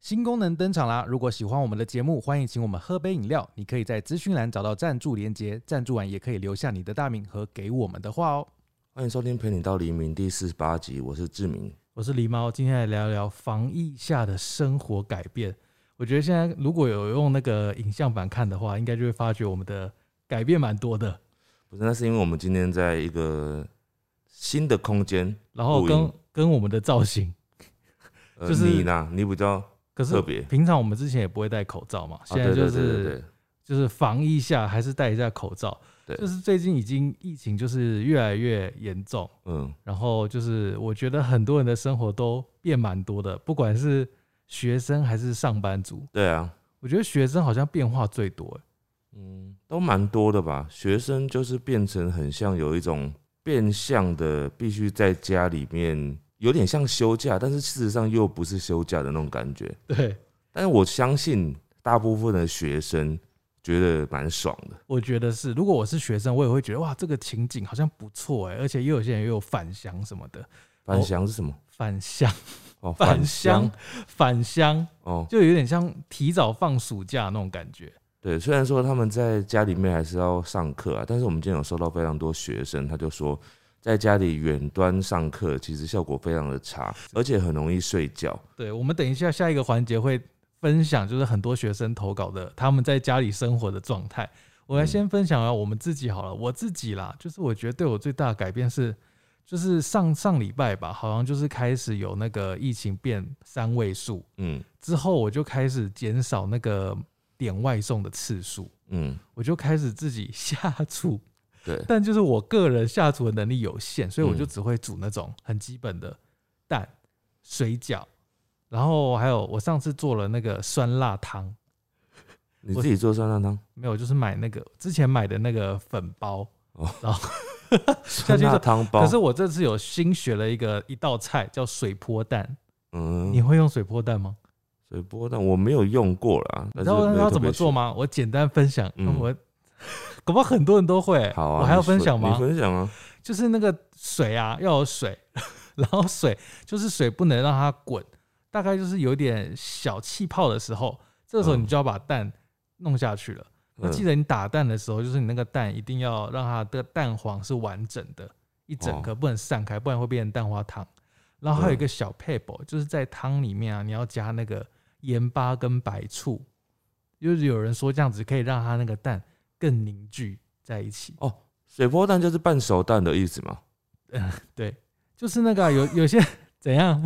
新功能登场啦！如果喜欢我们的节目，欢迎请我们喝杯饮料。你可以在资讯栏找到赞助连接，赞助完也可以留下你的大名和给我们的话哦。欢迎收听《陪你到黎明》第四十八集，我是志明。我是狸猫，今天来聊聊防疫下的生活改变。我觉得现在如果有用那个影像版看的话，应该就会发觉我们的改变蛮多的。不是，那是因为我们今天在一个新的空间，然后录跟音跟我们的造型，呃，就是你呢？你比较可是特别平常我们之前也不会戴口罩嘛，啊，现在对就对对对是对，就是防疫下还是戴一下口罩。对就是最近已经疫情就是越来越严重，嗯，然后就是我觉得很多人的生活都变蛮多的，不管是学生还是上班族，对啊，我觉得学生好像变化最多欸。嗯，都蛮多的吧。学生就是变成很像有一种变相的，必须在家里面，有点像休假，但是事实上又不是休假的那种感觉。对，但是我相信大部分的学生觉得蛮爽的。 我觉得是。如果我是学生，我也会觉得哇，这个情景好像不错哎，而且也有些人也有返乡什么的，返乡是什么？返乡哦，返乡乡返乡，哦，就有点像提早放暑假那种感觉。对，虽然说他们在家里面还是要上课啊，但是我们今天有收到非常多学生，他就说在家里远端上课其实效果非常的差，而且很容易睡觉。对，我们等一下下一个环节会分享，就是很多学生投稿的他们在家里生活的状态。我来嗯先分享啊，我们自己好了，我自己啦，就是我觉得对我最大的改变是，就是上上礼拜吧，好像就是开始有那个疫情变三位数嗯之后，我就开始减少那个点外送的次数，嗯，我就开始自己 下厨，对，但就是 我个人下厨的能力有限，所以我就嗯只会煮那种很基本的蛋、水饺，然后还有我上次做了那个酸辣汤，你自己做酸辣汤，没有，就是买那个之前买的那个粉包，哦然后 下酸去辣做。汤包可是，我这次有新学了一个一道菜叫水波蛋，你嗯，会用水波蛋吗？水波蛋我没有用过啦，你但知是道没有要特怎别么做喜吗？我简单分享，嗯 我搞不好很多人都会，欢？好啊，我还要你说分享吗你？分享啊，就是那个水啊，要有水， 然后水就是水不能让它滚，大概就是有点小气泡的时候，这个时候嗯你就要把蛋弄下去了。那记得得你打蛋的时候，就是你那个蛋一定要让它的蛋黄是完整的，一整颗不能散开，不然会变成蛋花汤。然后还有一个小配博，就是在汤里面啊，你要加那个盐巴跟白醋，就是有人说这样子可以让它那个蛋更凝聚在一起。哦，水波蛋就是半熟蛋的意思嘛，对，就是那个啊、有有些 怎样？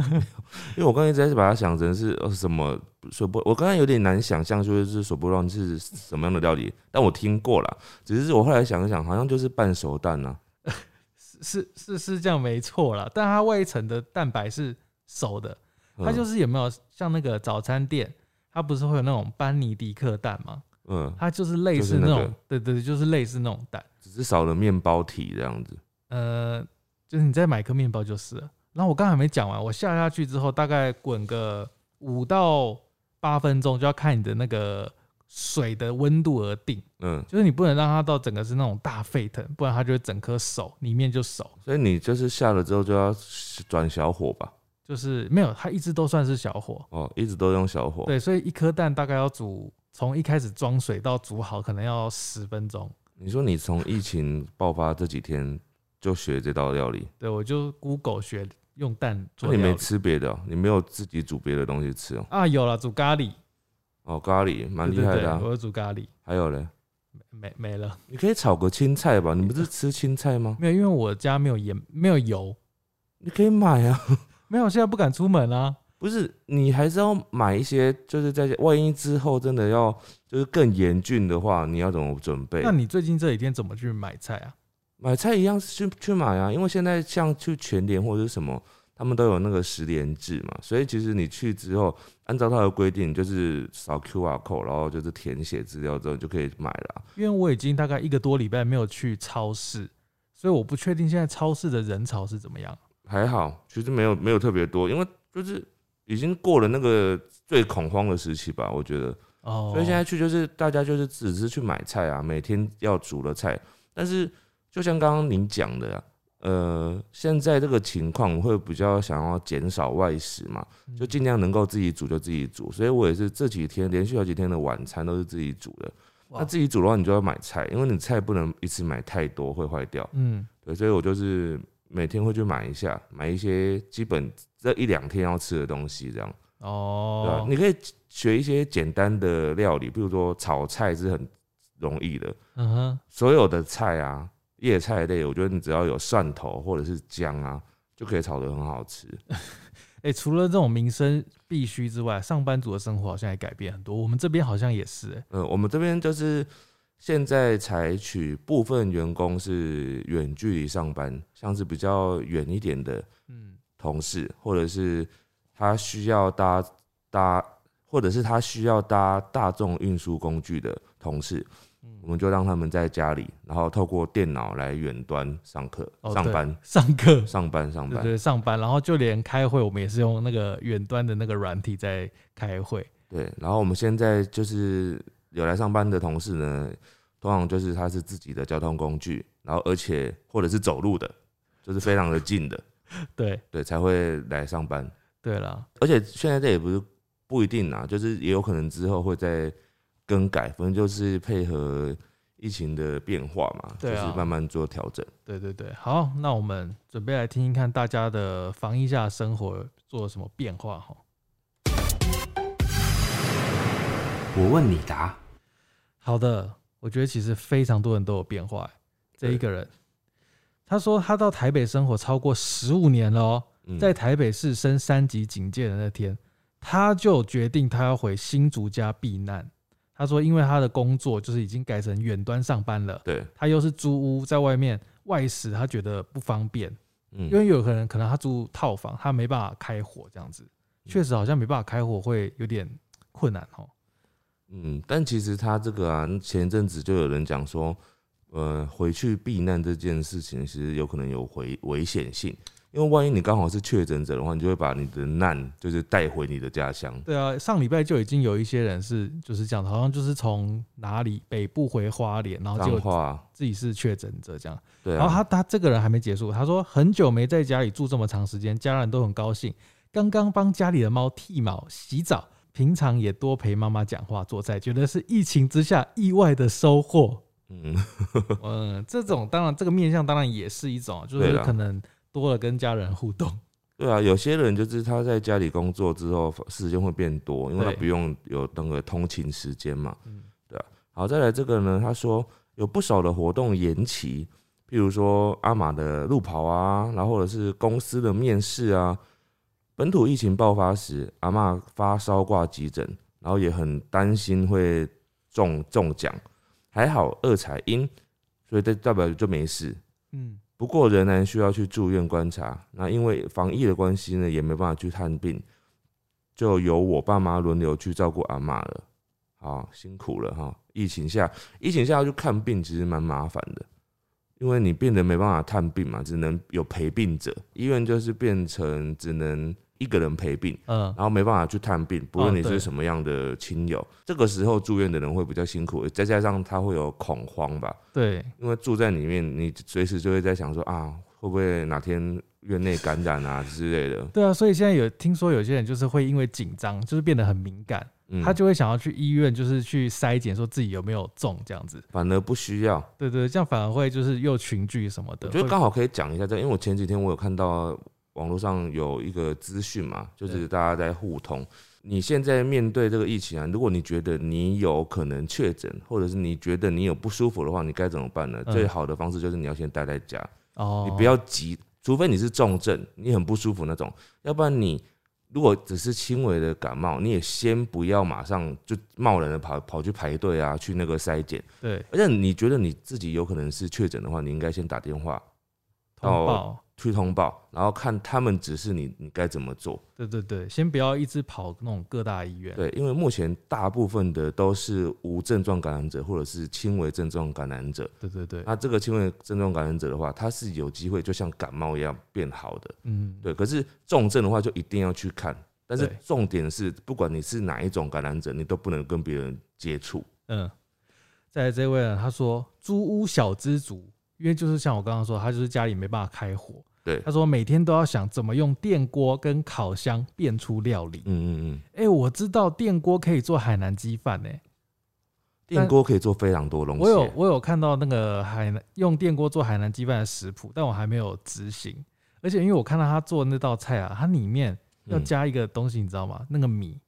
因为我刚才一直在把它想成是呃什么水波，我刚才有点难想象，就是水波蛋是什么样的料理，但我听过啦，只是我后来想一想，好像就是半熟蛋啊呐、是是是是这样没错啦，但它外层的蛋白是熟的，嗯它就是有没有像那个早餐店，它不是会有那种班尼迪克蛋吗？嗯，它就是类就是似那那种，个对对对，就是类似那种蛋。只是少了面包体这样子。呃，就是你再买颗面包就是了。然后我刚才没讲完，我下下去之后大概滚个五到八分钟，就要看你的那个水的温度而定。嗯，就是你不能让它到整个是那种大沸腾，不然它就会整颗熟，里面就熟。所以你就是下了之后就要转小火吧？就是没有，它一直都算是小火。哦，一直都用小火。，对，所以一颗蛋大概要煮，从一开始装水到煮好，可能要十分钟。你说你从疫情爆发这几天就学这道料理，对，我就 Google 学用蛋那做啊你料没理吃别的、哦，你没有自己煮别的东西吃哦。啊，有了煮咖喱，哦，咖喱蛮厉对对害的、啊对，我。有煮咖喱，还有嘞，没没了，你可以炒个青菜吧？你不是吃青菜吗？没有，因为我家没有盐，没有油，你可以买啊，没有，现在不敢出门啊。不是你还是要买一些，就是在万一之后真的要就是更严峻的话，你要怎么准备？那你最近这几天怎么去买菜啊？买菜一样是去去买啊，因为现在像去全联或者是什么，他们都有那个十连制嘛，所以其实你去之后，按照它的规定，就是扫 QR code，然后就是填写资料之后，你就可以买了啊、因为我已经大概一个多礼拜没有去超市，所以我不确定现在超市的人潮是怎么样。还好，其实没有没有特别多，因为就是已经过了那个最恐慌的时期吧，我觉得。哦，所以现在去就是大家就是只是去买菜啊，每天要煮的菜，但是就像刚刚您讲的、啊，呃，现在这个情况我会比较想要减少外食嘛，嗯就尽量能够自己煮就自己煮，所以我也是这几天连续好几天的晚餐都是自己煮的。哇那自己煮的话，你就要买菜，因为你菜不能一次买太多，会坏掉。嗯对，所以我就是每天会去买一下，买一些基本这一两天要吃的东西，这样。对啊哦，，你可以学一些简单的料理，比如说炒菜是很容易的，嗯哼，所有的菜啊，叶菜类，我觉得你只要有蒜头或者是姜啊，就可以炒得很好吃。哎，除了这种民生必须之外，上班族的生活好像也改变很多。我们这边好像也是、哎呃，我们这边就是现在采取部分员工是远距离上班，像是比较远一点的嗯，同事，或者是他需要搭搭，或者是他需要搭大众运输工具的同事，嗯我们就让他们在家里，然后透过电脑来远端上课、哦上对班、上课，上班、上对班。对，上班，然后就连开会，我们也是用那个远端的那个软体在开会。对，然后我们现在就是有来上班的同事呢，通常就是他是自己的交通工具，然后而且或者是走路的，就是非常的近的，对对，才会来上班。对啦，而且现在这也不是不一定啊，就是也有可能之后会再更改，反正就是配合疫情的变化嘛，对啊就是慢慢做调整。对对对，好，那我们准备来听听看大家的防疫下生活做了什么变化哈。我问你答。好的，我觉得其实非常多人都有变化欸。这对一个人，他说他到台北生活超过十五年了哦，嗯，在台北市升三级警戒的那天，他就决定他要回新竹家避难。他说，因为他的工作就是已经改成远端上班了，对，他又是租屋，在外面外食，他觉得不方便，嗯，因为有可能可能他住套房，他没办法开火这样子，确实好像没办法开火会有点困难哦。嗯，但其实他这个啊，前一阵子就有人讲说，呃，回去避难这件事情，其实有可能有危危险性，因为万一你刚好是确诊者的话，你就会把你的难就是带回你的家乡。对啊，上礼拜就已经有一些人是就是这样，好像就是从哪里北部回花莲，然后脏结果话，自己是确诊者这样。对然后啊，他他这个人还没结束，他说很久没在家里住这么长时间，家人都很高兴。刚刚帮家里的猫剃毛、洗澡，平常也多陪妈妈讲话、做菜，觉得是疫情之下意外的收 获。嗯，嗯，这种当然这个面向当然也是一种，就对啊是啦可能多了跟家人互动。对啊，有些人就是他在家里工作之后时间会变多，因为他对不用有那个通勤时间嘛。啊嗯好，再来这个呢，他说有不少的活动延期，譬如说阿玛的路跑啊，然后或者是公司的面试啊。本土疫情爆发时，阿嬷发烧挂急诊，然后也很担心会中中奖，还好二采阴，所以代代表就没事。嗯，不过仍然需要去住院观察。那因为防疫的关系呢，也没办法去探病，就由我爸妈轮流去照顾阿嬷了。好，辛苦了哈！疫情下，疫情下要去看病其实蛮麻烦的，因为你病人没办法探病嘛，只能有陪病者。医院就是变成只能一个人陪病，嗯，然后没办法去探病，不哦论你对是什么样的亲友，这个时候住院的人会比较辛苦，再加上他会有恐慌吧，对，因为住在里面，你随时就会在想说啊，会不会哪天院内感染啊 之类的。对啊，所以现在有听说有些人就是会因为紧张，就是变得很敏感，嗯，他就会想要去医院，就是去筛检，说自己有没有中这样子。反而不需要。对对，这样反而会就是又群聚什么的。我觉得会刚好可以讲一下这个，因为我前几天我有看到网络上有一个资讯嘛，就是对大家在互通。你现在面对这个疫情啊，如果你觉得你有可能确诊，或者是你觉得你有不舒服的话，你该怎么办呢？嗯最好的方式就是你要先待在家，哦，你不要急，除非你是重症，你很不舒服那种，要不然你如果只是轻微的感冒，你也先不要马上就贸然的跑跑去排队啊，去那个筛检。对而且你觉得你自己有可能是确诊的话，你应该先打电话通到报，去通报，然后看他们指示你你该怎么做。对对对，先不要一直跑那种各大医院。对，因为目前大部分的都是无症状感染者或者是轻微症状感染者。对对对，那这个轻微症状感染者的话，他是有机会就像感冒一样变好的。嗯，对，可是重症的话就一定要去看，但是对重点是，不管你是哪一种感染者，你都不能跟别人接触。嗯。再来这位呢，他说租屋小知足，因为就是像我刚刚说，他就是家里没办法开火，对他说每天都要想怎么用电锅跟烤箱变出料理。嗯嗯嗯，哎、我知道电锅可以做海南鸡饭呢，电锅可以做非常多东西。我有我有看到那个海南用电锅做海南鸡饭的食谱，但我还没有执行。而且因为我看到他做那道菜啊，它里面要嗯加一个东西，你知道吗？那个米，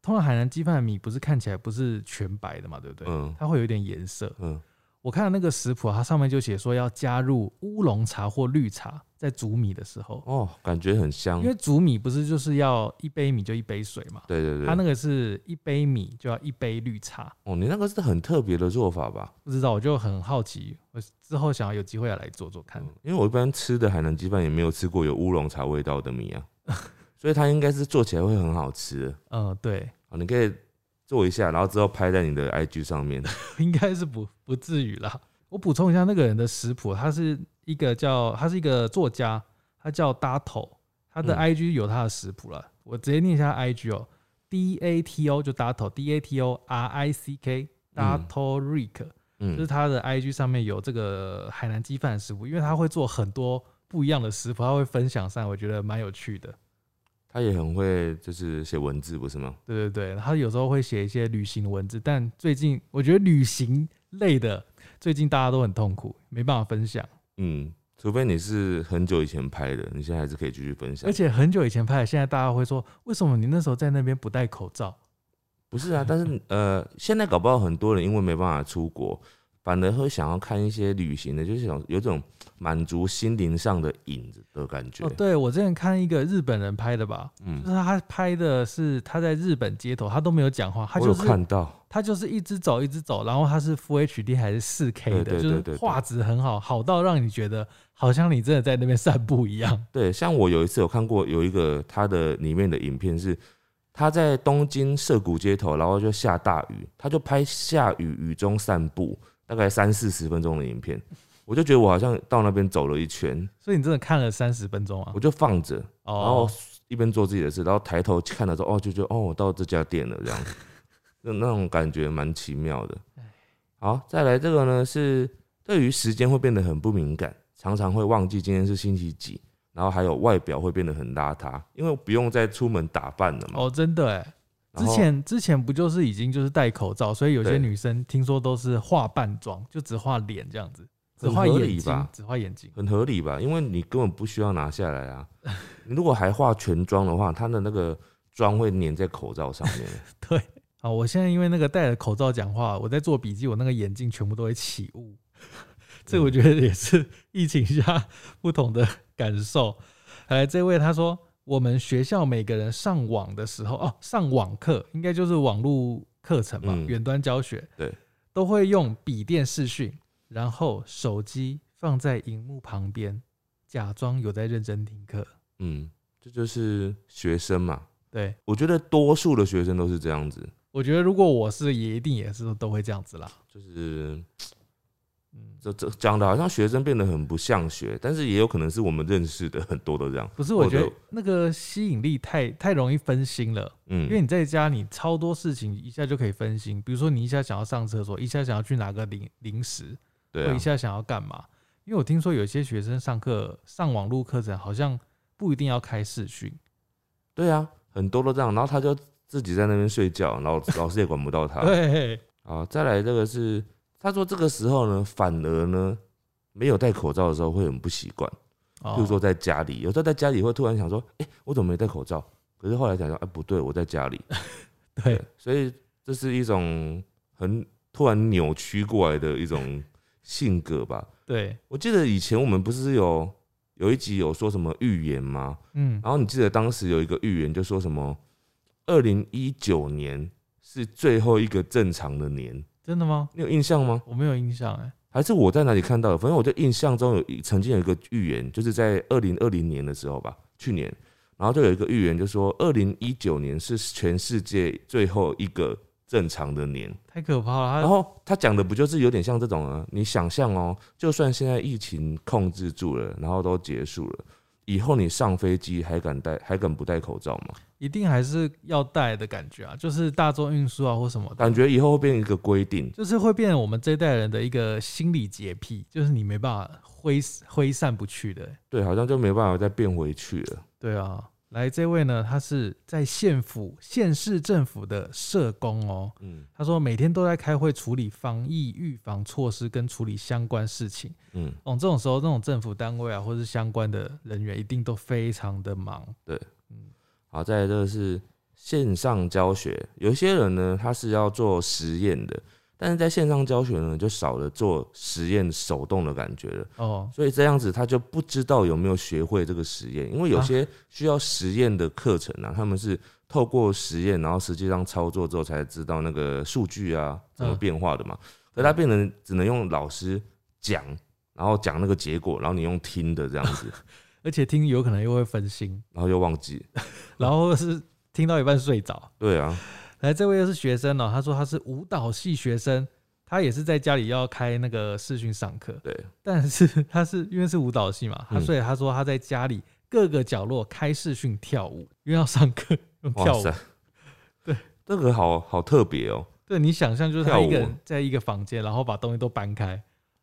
通常海南鸡饭的米不是看起来不是全白的嘛，对不对？嗯它会有一点颜色。嗯我看那个食谱啊，它上面就写说要加入乌龙茶或绿茶，在煮米的时候，哦，感觉很香因。为煮米不是就是要一杯米就一杯水嘛，对对对，它那个是一杯米就要一杯绿茶。哦，你那个是很特别的做法吧？不知道，我就很好奇，我之后想要有机会要来做做看嗯。因为我一般吃的海南鸡饭也没有吃过有乌龙茶味道的 米啊，所以它应该是做起来会很好吃的。嗯，对，好，你可以做一下，然后之后拍在你的 IG 上面。应该是不不至于啦。我补充一下那个人的食谱，他是一个叫他是一个作家，他叫 Dato，他的嗯 IG 有他的食谱了，我直接念一下他 IG 哦，D A T O 就 Dato D A T O R I C K Dato Rick，、就是嗯，他的 IG 上面有这个海南鸡饭的食谱，因为他会做很多不一样的食谱，他会分享上来，我觉得蛮有趣的。他也很会就是写文字，不是吗？对对对，他有时候会写一些旅行文字，但最近我觉得旅行类的，最近大家都很痛苦，没办法分享。嗯，除非你是很久以前拍的，你现在还是可以继续分享而。且很久以前拍的，现在大家会说，为什么你那时候在那边不戴口罩？不是啊，但是 呃，现在搞不好很多人因为没办法出国，反而会想要看一些旅行的，就是想有种满足心灵上的瘾的感觉。哦，对我之前看一个日本人拍的吧，嗯就，是他拍的是他在日本街头，他都没有讲话，他我就有是看到，他就是一直走一直走，然后他是 Full HD 还是四 K 的，对对对对就对是画质很好，好到让你觉得好像你真的在那边散步一样。对，像我有一次有看过有一个他的里面的影片是。他在东京涩谷街头，然后就下大雨，他就拍下雨雨中散步，大概三四十分钟的影片，我就觉得我好像到那边走了一圈，所以你真的看了三十分钟啊我？就放着，哦，然后一边做自己的事，然后抬头看的时候，哦，就觉得哦，我到这家店了，这样， 那那种感觉蛮奇妙的。好，再来这个呢是对于时间会变得很不敏感，常常会忘记今天是星期几，然后还有外表会变得很邋遢，因为不用再出门打扮了嘛。哦，真的哎，然之后前之前不就是已经就是戴口罩，所以有些对女生听说都是化半妆，就只化脸这样子，只很画合眼理睛吧，只画眼睛。很合理吧？因为你根本不需要拿下来啊。你如果还化全妆的话，它的那个妆会粘在口罩上 面。对，啊，我现在因为那个戴着口罩讲话，我在做笔记，我那个眼镜全部都会起雾。 这嗯个我觉得也是疫情下不同的感受。哎，这位他说，我们学校每个人上网的时候，哦，上网课应该就是网络课程嘛，嗯远端教学，对，都会用笔电视讯，然后手机放在荧幕旁边，假装有在认真听课。嗯，这就是学生嘛，对，我觉得多数的学生都是这样子，我觉得如果我是，也一定也是都会这样子啦。就是嗯，这这讲的好像学生变得很不像学，但是也有可能是我们认识的很多都这样。不是，我觉或得者那个吸引力太太容易分心了，嗯，因为你在家你超多事情一下就可以分心，比如说你一下想要上厕所，一下想要去拿个零零食，对或啊一，下想要干嘛。因为我听说有些学生上课上网络课程好像不一定要开视讯，对啊，很多都这样，然后他就自己在那边睡觉，然后老师也管不到他。 对，啊，再来这个是他说这个时候呢，反而呢没有戴口罩的时候会很不习惯，哦譬如说在家里，有时候在家里会突然想说，哎、我怎么没戴口罩？可是后来想说，哎、不对，我在家里。对，所以这是一种很突然扭曲过来的一种性格吧。对，我记得以前我们不是有有一集有说什么预言吗？嗯，然后你记得当时有一个预言就说什么，二零一九年是最后一个正常的年，真的吗？你有印象吗？我没有印象哎、还是我在哪里看到的？反正我就印象中有一曾经有一个预言，就是在二零二零年的时候吧，去年，然后就有一个预言就说，二零一九年是全世界最后一个正常的年。太可怕了。然他后他讲的不就是有点像呃这种啊？你想象哦，就算现在疫情控制住了，然后都结束了，以后你上飞机还敢戴还敢不戴口罩吗？一定还是要戴的感觉啊，就是大众运输啊或什么的，感觉以后会变一个规定，就是会变成我们这一代人的一个心理洁癖，就是你没办法挥挥散不去的、对，好像就没办法再变回去了。对啊，来这位呢，他是在县府、县市政府的社工哦。嗯他说每天都在开会处理防疫预防措施跟处理相关事情。嗯，哦，这种时候，那种政府单位啊，或是相关的人员，一定都非常的忙。好，再来这个是线上教学，有一些人呢他是要做实验的，但是在线上教学呢就少了做实验手动的感觉了。哦，所以这样子他就不知道有没有学会这个实验，因为有啊些需要实验的课程啊，他们是透过实验，然后实际上操作之后才知道那个数据啊怎么嗯变化的嘛。可他变成只能用老师讲，然后讲那个结果，然后你用听的这样子，而且听有可能又会分心，然后又忘记。然后是听到一半睡着。对啊，来，这位又是学生哦，他说他是舞蹈系学生，他也是在家里要开那个视讯上课，对，但是 他是因为是舞蹈系嘛，他嗯所以他说他在家里各个角落开视讯跳舞，因为要上课 用哇跳舞塞。，对，这个好好特别哦、对你想象就是他跳舞一个人在一个房间，然后把东西都搬开，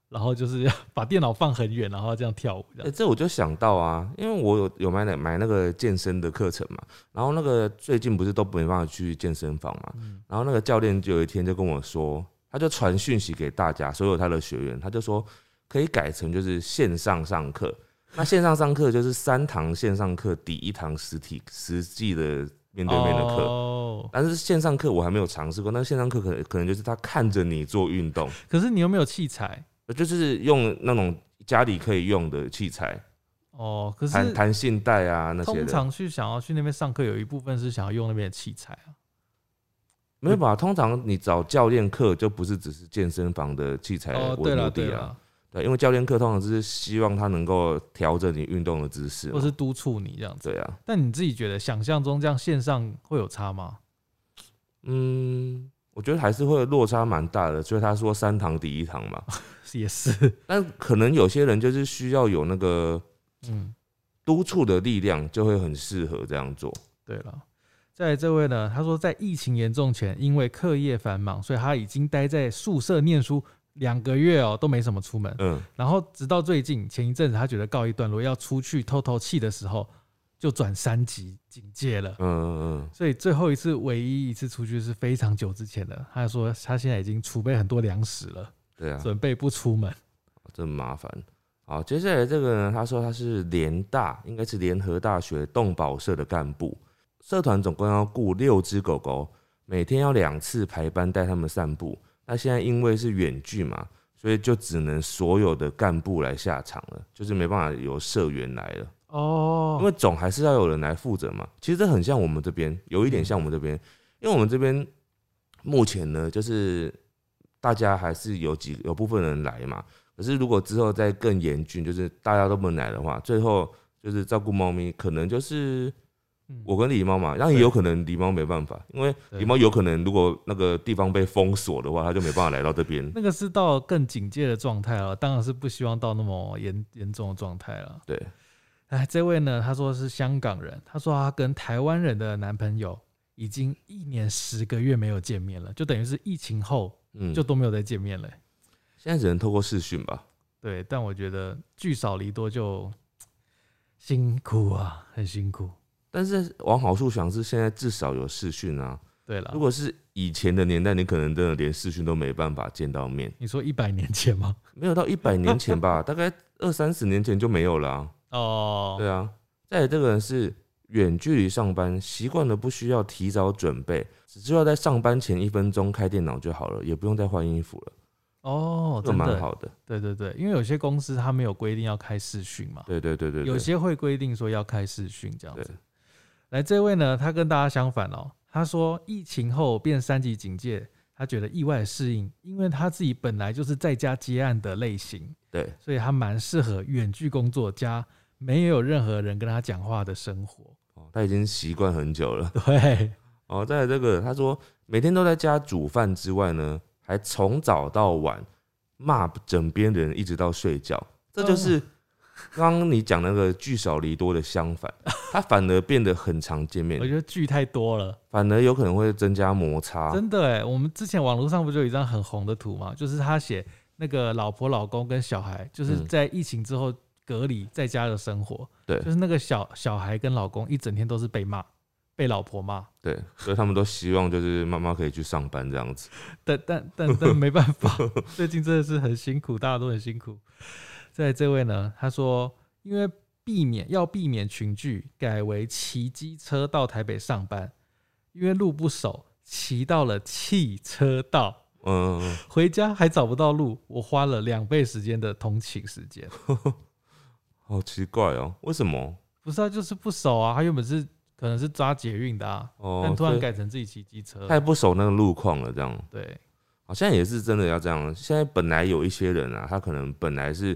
然后就是要把电脑放很远，然后这样跳舞这哎、样。这我就想到啊，因为我有有买那买那个健身的课程嘛，然后那个最近不是都没办法去健身房嘛，嗯然后那个教练就有一天就跟我说，他就传讯息给大家所有他的学员，他就说可以改成就是线上上课，那线上上课就是三堂线上课抵一堂实体实际的面对面的课。哦，但是线上课我还没有尝试过，那线上课可能可能就是他看着你做运动，可是你有没有器材？就是用那种家里可以用的器材，哦，可弹是弹性带啊那些通的，常去想要去那边上课，有一部分是想要用那边的器材啊。没有吧？通常你找教练课就不是只是健身房的器材哦，为对目了的对啊，了，对，因为教练课通常是希望他能够调整你运动的姿势或嘛，是督促你这样子。对啊，但你自己觉得想象中这样线上会有差吗？嗯，我觉得还是会落差蛮大的，所以他说三堂抵一 堂嘛，也是， 但可能有些人就是需要有那个嗯，督促的力量，就会很适合这样做。对了。再来这位呢，他说在疫情严重前，因为课业繁忙，所以他已经待在宿舍念书两个月哦，都没什么出门。嗯，然后直到最近前一阵子，他觉得告一段落，要出去透透气的时候，就转三级警戒了。嗯嗯所以最后一次，唯一一次出去是非常久之前的。他说他现在已经储备很多粮食了，嗯，对啊，准备不出门。真麻烦。好，接下来这个呢，他说他是联大，应该是联合大学动保社的干部，社团总共要雇六只狗狗，每天要两次排班带他们散步。那现在因为是远距嘛，所以就只能所有的干部来下场了，就是没办法由社员来了，哦，因为总还是要有人来负责嘛。其实这很像我们这边，有嗯一点像我们这边，因为我们这边目前呢，就是大家还是有几有部分人来嘛。可是如果之后再更严峻，就是大家都不能来的话，最后就是照顾猫咪，可能就是嗯我跟狸猫嘛，那也有可能狸猫没办法，因为对狸猫有可能如果那个地方被封锁的话，它就没办法来到 这边。那个是到更警戒的状态了，当然是不希望到那么严严重的状态了。对，哎，这位呢，他说是香港人，他说他跟台湾人的男朋友已经一年十个月没有见面了，就等于是疫情后嗯，就就都没有再见面了欸、现在只能透过视讯吧。对，但我觉得聚少离多就辛苦啊，很辛苦。但是往好处想是，现在至少有视讯啊。对了如，果是以前的年代，你可能真的连视讯都没办法见到面，你说一百年前 吗？没有到一百年 前吧，大概二三十年前就没有了啊、哦，对啊，再来这个人是远距离上班，习惯了不需要提早准备，只需要在上班前一分钟开电脑就好了，也不用再换衣服了，哦，这真蛮的，好的。对对对，因为有些公司他没有规定要开视讯嘛，对对对对对，有些会规定说要开视讯这样子对。来，这位呢，他跟大家相反哦，他说疫情后变三级警戒，他觉得意外适应，因为他自己本来就是在家接案的类型，对所以他蛮适合远距工作加没有任何人跟他讲话的生活。哦他已经习惯很久了。对，哦，再来这个，他说每天都在家煮饭之外呢，还哦从早到晚骂枕边人，一直到睡觉，这就是刚刚你讲那个聚少离多的 相反，它反而变得很常见面我，觉得剧太多了，反而有可能会增加摩擦。真的哎。我们之前网络上不就有一张很红的图嘛，就是他写那个老婆、老公跟小孩，就是嗯在疫情之后隔离在家的生活，对就是那个小小孩跟老公一整天都是被骂，被老婆骂，对，所以他们都希望就是妈妈可以去上班这样子。但但 但但没办法，最近真的是很辛苦，大家都很辛苦。在这位呢，他说，因为避免要避免群聚，改为骑机车到台北上班，因为路不熟，骑到了汽车道，嗯，回家还找不到路，我花了两倍时间的通勤时间。 好奇怪哦，为什么？不是啊，就是不熟啊，他原本是可能是抓捷运的啊，哦，但突然对改成自己骑机车，太不熟那个路况了，这样对，好像也是真的要这样。现在本来有一些人啊，他可能本来是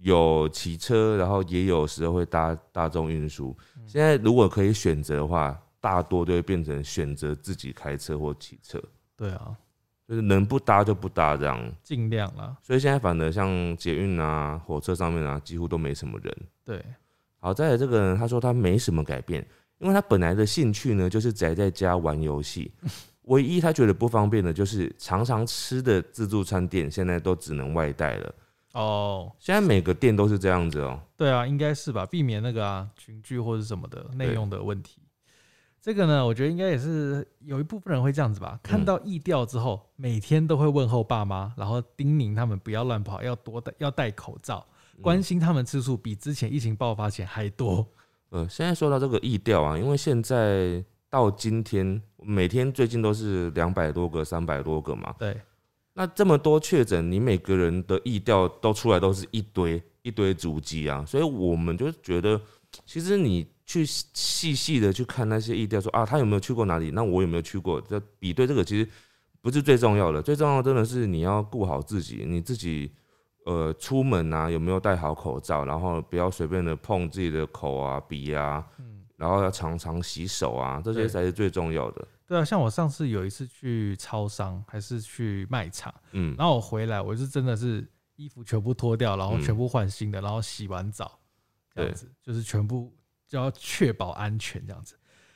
有骑车，然后也有时候会搭大众运输。现在如果可以选择的话，大多就会变成选择自己开车或骑车，对啊，就是能不搭就不搭这样。尽量啦，所以现在反而像捷运啊、火车上面啊，几乎都没什么人。对，好，再来这个人，他说他没什么改变，因为他本来的兴趣呢就是宅在家玩游戏，唯一他觉得不方便的就是常常吃的自助餐店现在都只能外带了，哦，现在每个店都是这样子哦、对啊，应该是吧，避免那个啊群聚或者什么的内用的问题。这个呢，我觉得应该也是有一部分人会这样子吧。看到疫调之后，每天都会问候爸妈，然后叮咛他们不要乱跑，要多戴要戴口罩，关心他们次数比之前疫情爆发前还多。呃，现在说到这个意调啊，因为现在到今天每天最近都是两百多个、三百多个嘛，对，那这么多确诊，你每个人的意调都出来都是一堆一堆足迹啊，所以我们就觉得，其实你去细细的去看那些意调，说啊，他有没有去过哪里，那我有没有去过，这比对这个其实不是最重要的，最重要的真的是你要顾好自己，你自己呃出门啊有没有戴好口罩，然后不要随便的碰自己的口啊、鼻啊，然后要常常洗手啊，这些嗯对才是最重要的。对啊，像我上次有一次去超商还是去卖场，嗯，然后我回来，我是真的是衣服全部脱掉，然后嗯全部换新的，然后洗完澡，这样对子就是全部就要确保安全这样子。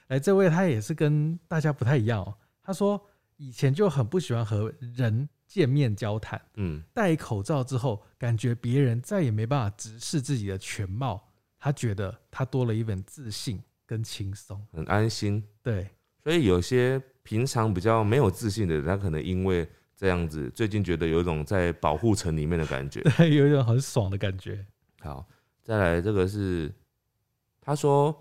来，这位他也是跟大家不太一样哦，他说以前就很不喜欢和人见面交谈，嗯，戴口罩之后，感觉别人再也没办法直视自己的全貌，他觉得他多了一份自信跟轻松。很安心。对，所以有些平常比较没有自信的人，他可能因为这样子，最近觉得有一种在保护层里面的感觉。对，有一种很爽的感觉。好，再来这个是，他说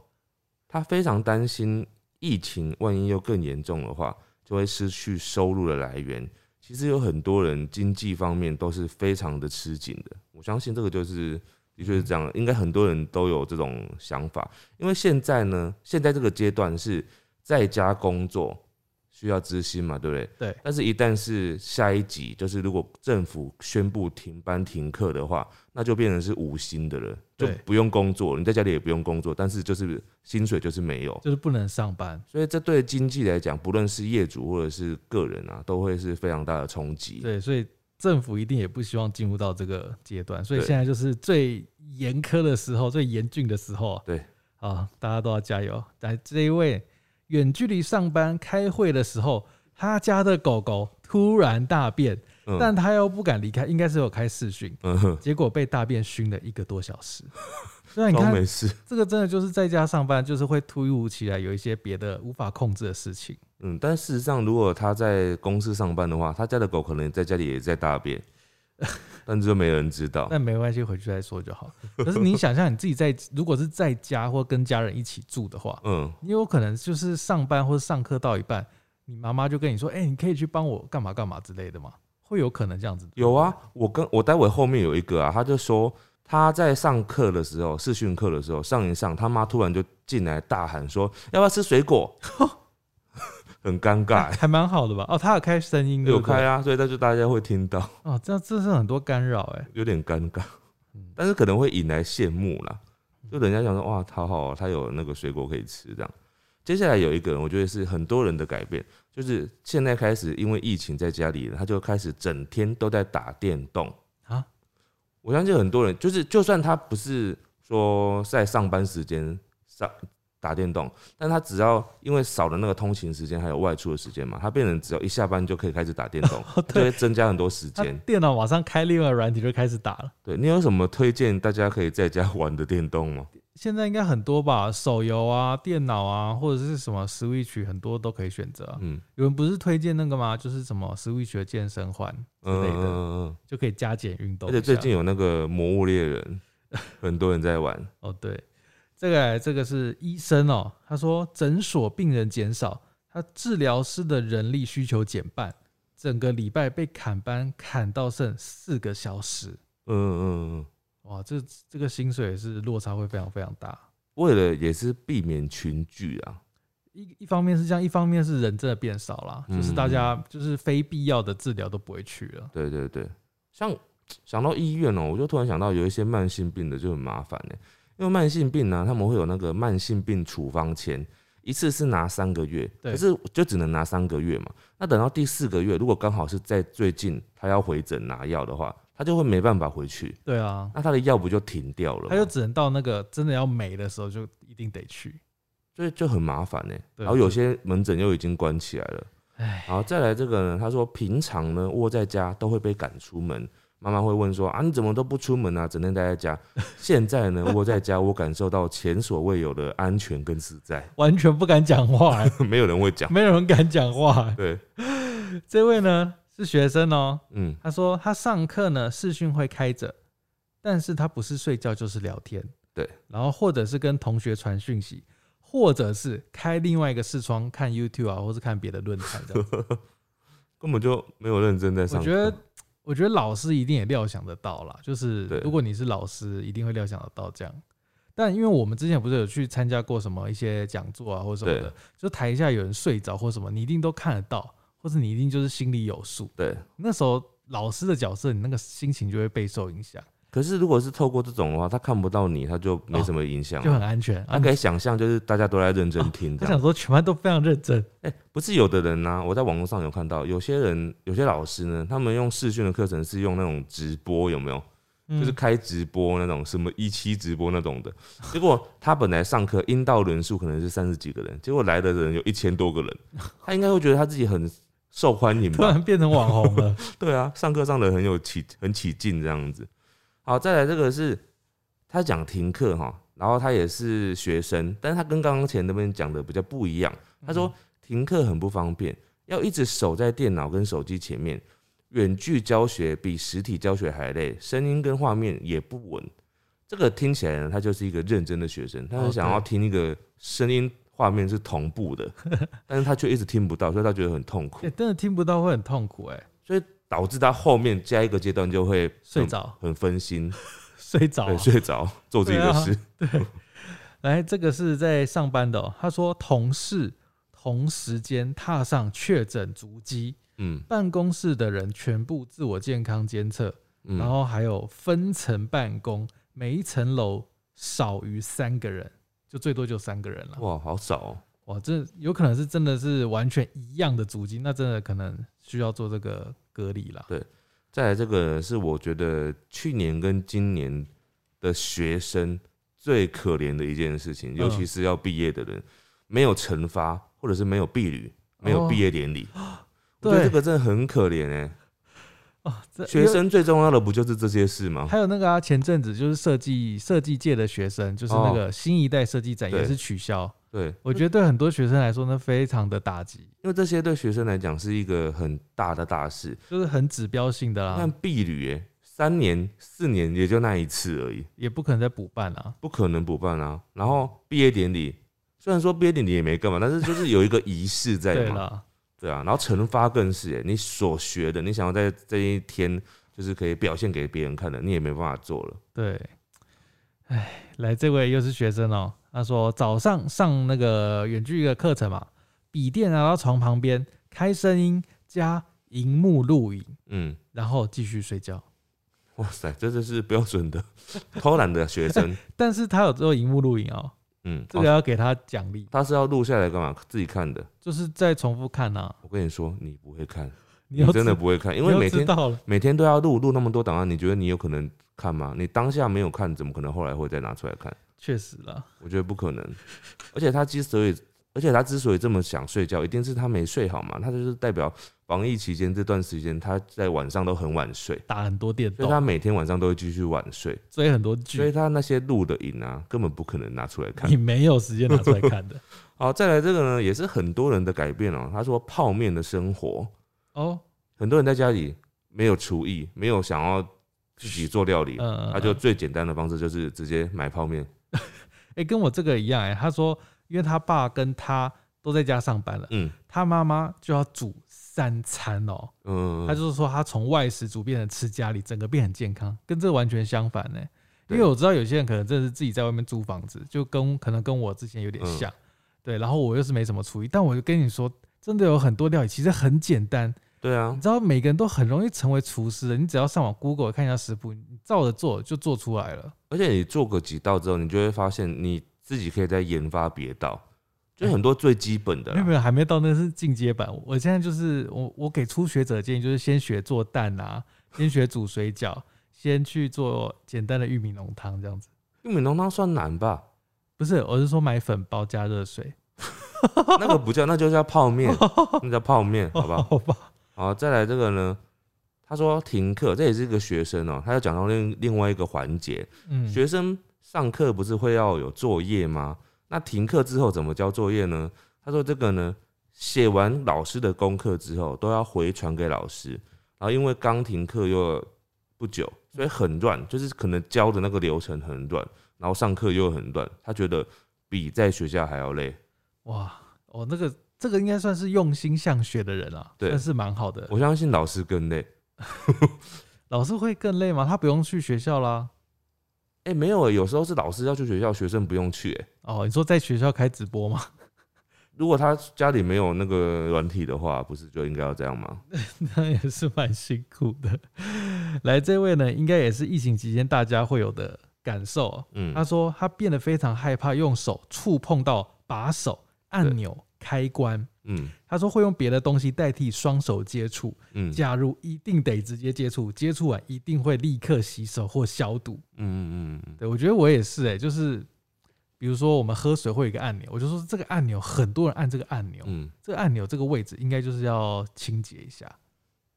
他非常担心疫情，万一又更严重的话，就会失去收入的来源。其实有很多人经济方面都是非常的吃紧的，我相信这个就是的确是这样的，应该很多人都有这种想法。因为现在呢，现在这个阶段是在家工作需要资薪嘛，对不对？对但是，一旦是下一集，就是如果政府宣布停班停课的话，那就变成是无薪的了，就对不用工作，你在家里也不用工作，但是就是薪水就是没有。就是不能上班，所以这对经济来讲，不论是业主或者是个人啊，都会是非常大的冲击。对，所以政府一定也不希望进入到这个阶段，所以对现在就是最严苛的时候，最严峻的时候。对，啊，大家都要加油。来，这一位远距离上班开会的时候，他家的狗狗突然大便，嗯但他又不敢离开，应该是有开视讯，嗯哼，结果被大便熏了一个多小时。虽然你都看没事。这个真的就是在家上班，就是会突如其来有一些别的无法控制的事情。嗯，但事实上，如果他在公司上班的话，他家的狗可能在家里也在 大便，但是就没人知道。但没关系，回去再说就好。 可是你想象你自己在，如果是在家或跟家人一起住的话，嗯，你有可能就是上班或者上课到一半，你妈妈就跟你说：“哎、你可以去帮我干嘛干嘛之类的嘛。”会有可能这样子。有啊，我跟我待会后面有一个啊，他就说他在上课的时候，视讯课的时候上一上，他妈突然就进来大喊说要不要吃水果， 很尴尬、还蛮好的吧？哦，他有开声音，有 对不对开啊，所以他就大家会听到，哦，这样这是很多干扰哎、有点尴尬嗯，但是可能会引来羡慕啦，就人家想说哇，他好、他有那个水果可以吃这样。接下来有一个人，我觉得是很多人的改变，就是现在开始因为疫情在家里，他就开始整天都在打电动。啊，我相信很多人就是，就算他不是说在上班时间上打电动，但他只要因为少了那个通勤时间还有外出的时间嘛，他变成只要一下班就可以开始打电 动，哦就会增加很多时他间。电脑马上开另外一个软体就开始打了。对你有什么推荐大家可以在家玩的电动吗？现在应该很多吧，手游啊、电脑啊，或者是什么 Switch，很多都可以选择啊、嗯有人不是推荐那个吗？就是什么 Switch 的健身环之嗯类嗯的，嗯嗯，就可以加减运动而一下。且最近有那个《魔物猎人》， 很多人在玩。哦，对，这个这个是医生哦，他说诊所病人减少，他治疗师的人力需求减半，整个礼拜被砍班砍到剩四个小时，嗯嗯嗯，哇，这这个薪水也是落差会非常非常大。为了也是避免群聚啊。一一方面是这样，一方面是人真的变少啦，嗯就是大家就是非必要的治疗都不会去了。对对对，像想到医院哦、我就突然想到有一些慢性病的就很麻烦呢、因为慢性病呢、他们会有那个慢性病处方签，一次是拿三个月，对可是就只能拿三个月嘛。那等到第四个月，如果刚好是在最近他要回诊拿药的话，他就会没办法回去，对啊，那他的药不就停掉了他就吗？只能到那个真的要没的时候就一定得去。所以就很麻烦呢、欸对啊然后有些门诊又已经关起来了。唉，然后再来这个呢，他说平常呢窝在家都会被赶出门，妈妈会问说啊你怎么都不出门啊，整天待在家。 现在呢窝在家，我感受到前所未有的安全跟自在， 完全不敢讲话、欸没有人会 讲。没有人敢讲话欸、对，这位呢是学生哦、嗯， 他说他上课呢视讯会开着，但是他不是睡觉就是聊天，对，然后或者是跟同学传讯息，或者是开另外一个视窗看 YouTube 啊，或是看别的论坛这样子。根本就没有认 真在上我课。觉得，我觉得老师一定也料想得到啦，就是对如果你是老师，一定会料想得到这样。但因为我们之前不是有去参加过什么一些讲座啊，或什么的对，就台下有人睡着或什么，你一定都看得到，或者你一定就是心里有数。对。那时候老师的角色，你那个心情就会备受影响，可是如果是透过这种的话，他看不到你，他就没什么影响哦就啊。很哦安全。他啊，可以想象，就是大家都在认真听他这样想。说全班都非常认真，哎、不是有的人呢、我在网络上有看到，有些人有些老师呢，他们用视讯的课程是用那种直播，有没有？就是嗯开直播那种，什么一期直播那种的。结果他本来上课应到人数可能是三十几个人，结果来的人有一千多个人，他应该会觉得他自己很受欢迎 突吧？然变成网红 了。对啊，上课上的很有起很起劲这样子。好，再来这个是他讲停课哈，然后他也是学生，但是他跟刚刚前那边讲的比较不一样。他说停课很不方便，要一直守在电脑跟手机前面。远距教学比实体教学还累，声音跟画面也不稳。这个听起来呢，他就是一个认真的学生，他哦很想要听一个声音画面是同步的，但是他却一直听不到，所以他觉得很痛苦欸，。真的听不到会很痛苦哎、所以导致他后面下一个阶段就会睡很着，很 分心，睡着啊、嗯对，睡着 做自己的事，啊来，这个是在上班的、哦，他说同事同时间踏上确诊足迹，嗯办公室的人全部自我健康监测，嗯，然后还有分层办公，每一层楼少于三个人，就最多就三个人了。哇，好少、哦，哇，这有可能是真的是完全一样的足迹，那真的可能需要做这个隔离啦。再来这个是我觉得去年跟今年的学生最可怜的一件事情，嗯尤其是要毕业的人，没有惩罚或者是没有毕旅，没有毕业 典礼。我觉得哦对这个真的很可怜哎、哦，这学生最重要的不就是这些事吗？还有那个啊，前阵子就是设计设计界的学生，就是那哦个新一代设计展也对是取消。对，我觉得对很多学生来说呢，非常的打击，因为这些对学生来讲是一个很大的大事。就是很指标性的但啦，避旅哎，三年四年也就那一次而已，也不可能再补办啦。不可能补办啊。然后毕业典礼，虽然说毕业典礼也没干嘛，但是就是有一个仪式在对嘛，啦，对啊。然后惩罚更是哎，你所学的，你想要在这一天就是可以表现给别人看的，你也没办法做了。对，哎，来这位又是学生哦、他说早上上那个远距离的课程嘛，笔电拿到床旁边，开声音加荧幕录影，嗯，然后继续睡觉。哇塞，这就是标准的 偷懒的学生。但是他有做荧幕录影哦、 嗯，这个哦要给他奖励，他是要录下来干嘛？自己看的。就是再重复看啊。我跟你说， 你不会看，你要真的知，不会看，因你为要每知天道了，每天都要录录那么多档案，你觉得你有可能看吗？你当下没有看，怎么可能后来会再拿出来看？确实啦，我觉得不可能。 而且他之所以，而且他之所以这么想睡觉，一定是他没睡好嘛。他就是代表防疫期间这段时间，他在晚上都很晚睡，打很多电所以他动，每天晚上都会继续晚睡，追很多所以剧，他那些录的影啊，根本不可能拿出来看你。没有时间拿出来看 的好，再来这个呢，也是很多人的改变哦、他说泡面的生活，哦。很多人在家里没有厨艺，没有想要自己做料理，嗯，他就最简单的方式就是直接买泡面。哎、跟我这个一样哎、他说，因为他爸跟他都在家上班了，嗯他妈妈就要煮三餐哦、嗯，他就是说他从外食族变成吃家里，整个变很健康，跟这完全相反呢、因对为我知道有些人可能真的是自己在外面租房子，就跟可能跟我之前有点嗯像，对。然后我又是没什么厨艺，但我就跟你说，真的有很多料理其实很简单，对啊你，知道每个人都很容易成为厨师的，你只要上网 Google 看一下食谱，你照着做就做出来了。而且你做个几道之后，你就会发现你自己可以再研发别道，就很多最基本的哎没有没啦。有，还没到那是进阶版。我现在就是我，我给初学者的建议就是先学做蛋 啊，先学煮水饺，先去做简单的玉米浓汤这样子。玉米浓汤算难吧？不是，我是说买粉包加热水，那个不叫，那就叫 泡面，那叫泡面，好不好？好吧？好，再来这个呢，他说停课，这也是一个学生哦、他要讲到另另外一个环节，嗯，学生上课不是会要有作业吗？那停课之后怎么交作业呢？他说这个呢，写完老师的功课之后都要回传给老师，然后因为刚停课又不久，所以很乱，就是可能教的那个流程很乱，然后上课又很乱，他觉得比在学校还要累。哇，哦，那个这个应该算是用心向学的人啊，对算是蛮好的。我相信老师更累。老师会更累吗？他不用去学校啦。哎、没有、欸，有时候是老师要去学校，学生不用去、欸。哦，你说在学校开直播吗？ 如果他家里没有那个软体的话，不是就应该要这样吗？那也是蛮辛苦的。来，这位呢，应该也是疫情期间大家会有的感受哦。嗯，他说他变得非常害怕用手触碰到把手、按钮、开关。嗯他说会用别的东西代替双手接触，嗯假如一定得直接接触，接触完一定会立刻洗手或消毒。嗯嗯嗯，对我觉得我也是、欸，就是比如说我们喝水会有一个按钮，我就说这个按钮很多人按这个按钮，嗯，这个按钮这个位置应该就是要清洁一下。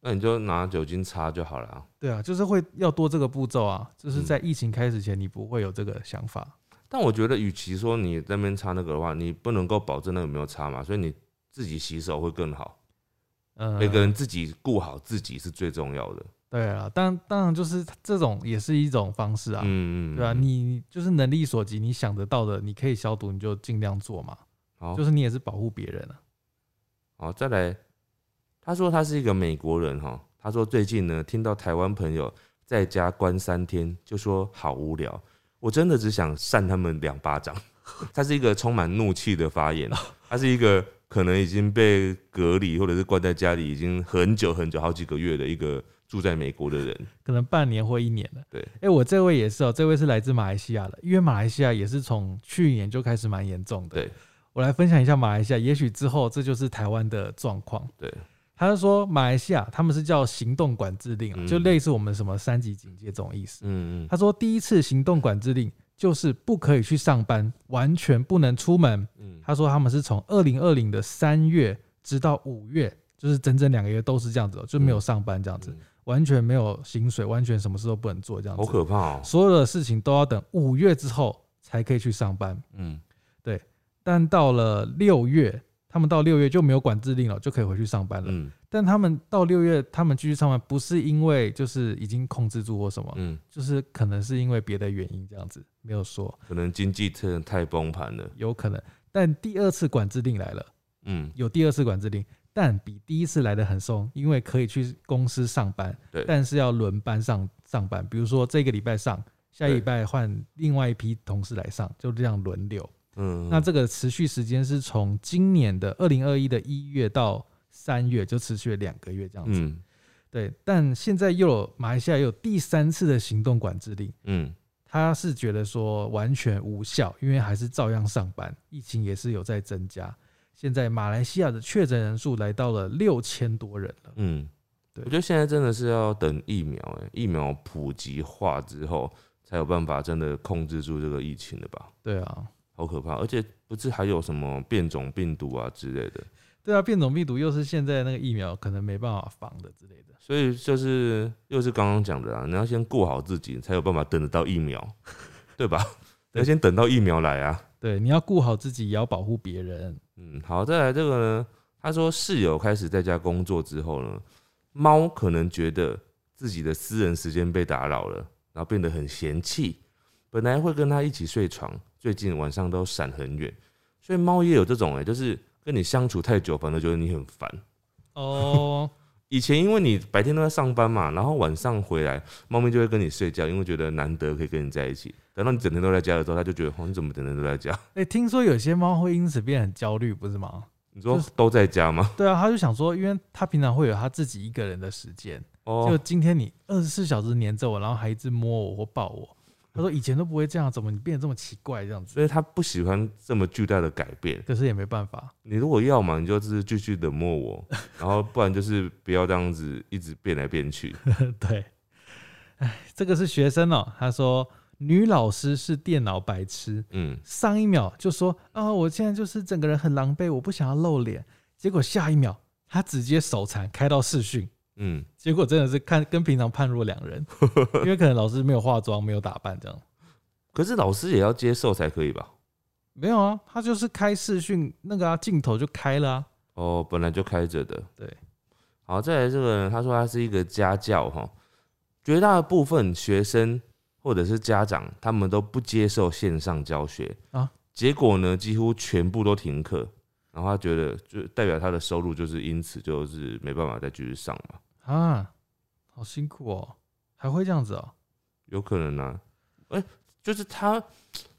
那你就拿酒精擦就好了啊。对啊，就是会要多这个步骤啊，就是嗯在疫情开始前你不会有这个想法。但我觉得，与其说你在那边擦那个的话，你不能够保证那有没有擦嘛，所以你自己洗手会更好。嗯，每个人自己顾好自己是最重要的。对啊，当当然就是这种也是一种方式啊，嗯嗯，嗯对啊，你就是能力所及，你想得到的，你可以消毒你就尽量做嘛，好就是你也是保护别人啊。好，哦再来，他说他是一个美国人哈，他说最近呢听到台湾朋友在家关三天，就说好无聊，我真的只想扇他们两巴掌。 他是一个充满怒气的发言，他是一个可能已经被隔离或者是关在家里已经很久很久好几个月的一个住在美国的人。可能半年或一年了。对，哎、我这位也是哦、这位是来自马来西亚的，因为马来西亚也是从去年就开始蛮严重的。对，我来分享一下马来西亚，也许之后这就是台湾的状况。对，他就说马来西亚他们是叫行动管制令、啊，嗯就类似我们什么三级警戒这种意思。嗯嗯他说第一次行动管制令就是不可以去上班，完全不能出门。嗯，他说他们是从二零二零的三月直到五月，就是整整两个月都是这样子、哦，就没有上班这样子，完全没有薪水，完全什么事都不能做这样子。嗯好可怕哦、所有的事情都要等五月之后才可以去上班。嗯，但到了六月，他们到六月就没有管制令了，就可以回去上班了。嗯但他们到六月，他们继续上班，不是因为就是已经控制住或什么，嗯，就是可能是因为别的原因这样子，没有说，可能经济真的太崩盘了。有可能。但第二次管制令来了，嗯，有第二次管制令，但比第一次来的很松，因为可以去公司上班，对但是要轮班上上班，比如说这个礼拜上，下对礼拜换另外一批同事来上，就这样轮流。嗯，那这个持续时间是从今年的二零二一的一月到三月，就持续了两个月这样子。嗯对，但现在又有马来西亚又有第三次的行动管制令，嗯他是觉得说完全无效，因为还是照样上班，疫情也是有在增加。现在马来西亚的确诊人数来到了六千多人了，嗯，对我觉得现在真的是要等疫苗、欸，疫苗普及化之后，才有办法真的控制住这个疫情的吧？对啊，好可怕！而且不是还有什么变种病毒啊之类的，对啊，变种病毒又是现在那个疫苗可能没办法防的之类的。所以就是又是刚刚讲的啊，你要先顾好自己，才有办法等得到疫苗，对吧？你要先等到疫苗来啊。对，你要顾好自己，也要保护别人。嗯，好，再来这个呢，他说室友开始在家工作之后呢，猫可能觉得自己的私人时间被打扰了，然后变得很嫌弃。本来会跟他一起睡床，最近晚上都闪很远，所以猫也有这种哎、就是跟你相处太久，反而觉得你很烦。 哦，以前因为你白天都在上班嘛，然后晚上回来，猫咪就会跟你睡觉，因为觉得难得可以跟你在一起。等到你整天都在家的时候，它就觉得，哦，你怎么整天都在家？ 哎、听说有些猫会因此变得很焦虑，不是吗？你说就是都在家吗？对啊，他就想说，因为他平常会有他自己一个人的时间，哦就，今天你二十四小时黏着我，然后还一直摸我或抱我。他说以前都不会这样，怎么你变得这么奇怪这样子？所以他不喜欢这么巨大的改变。可是也没办 法，你如果要嘛，你就是继续冷漠我， 然后不然就是不要这样子一直变来变 去。对。哎，这个是学生哦、他说女老师是电脑白痴，嗯，上一秒就说啊、我现在就是整个人很狼狈，我不想要露脸，结果下一秒他直接手残开到视讯，嗯，结果真的是看跟平常判若两人，因为可能老师没有化妆，没有打扮这样。可是老师也要接受才可以吧？没有啊，他就是开视讯那个啊，镜头就开了啊。哦，本来就开着的。对，好，再来这个人，他说他是一个家教哈，绝大部分学生或者是家长，他们都不接受线上教学啊，结果呢，几乎全部都停课，然后他觉得就代表他的收入就是因此就是没办法再继续上嘛，啊，好辛苦哦，还会这样子哦。有可能啊，哎、就是他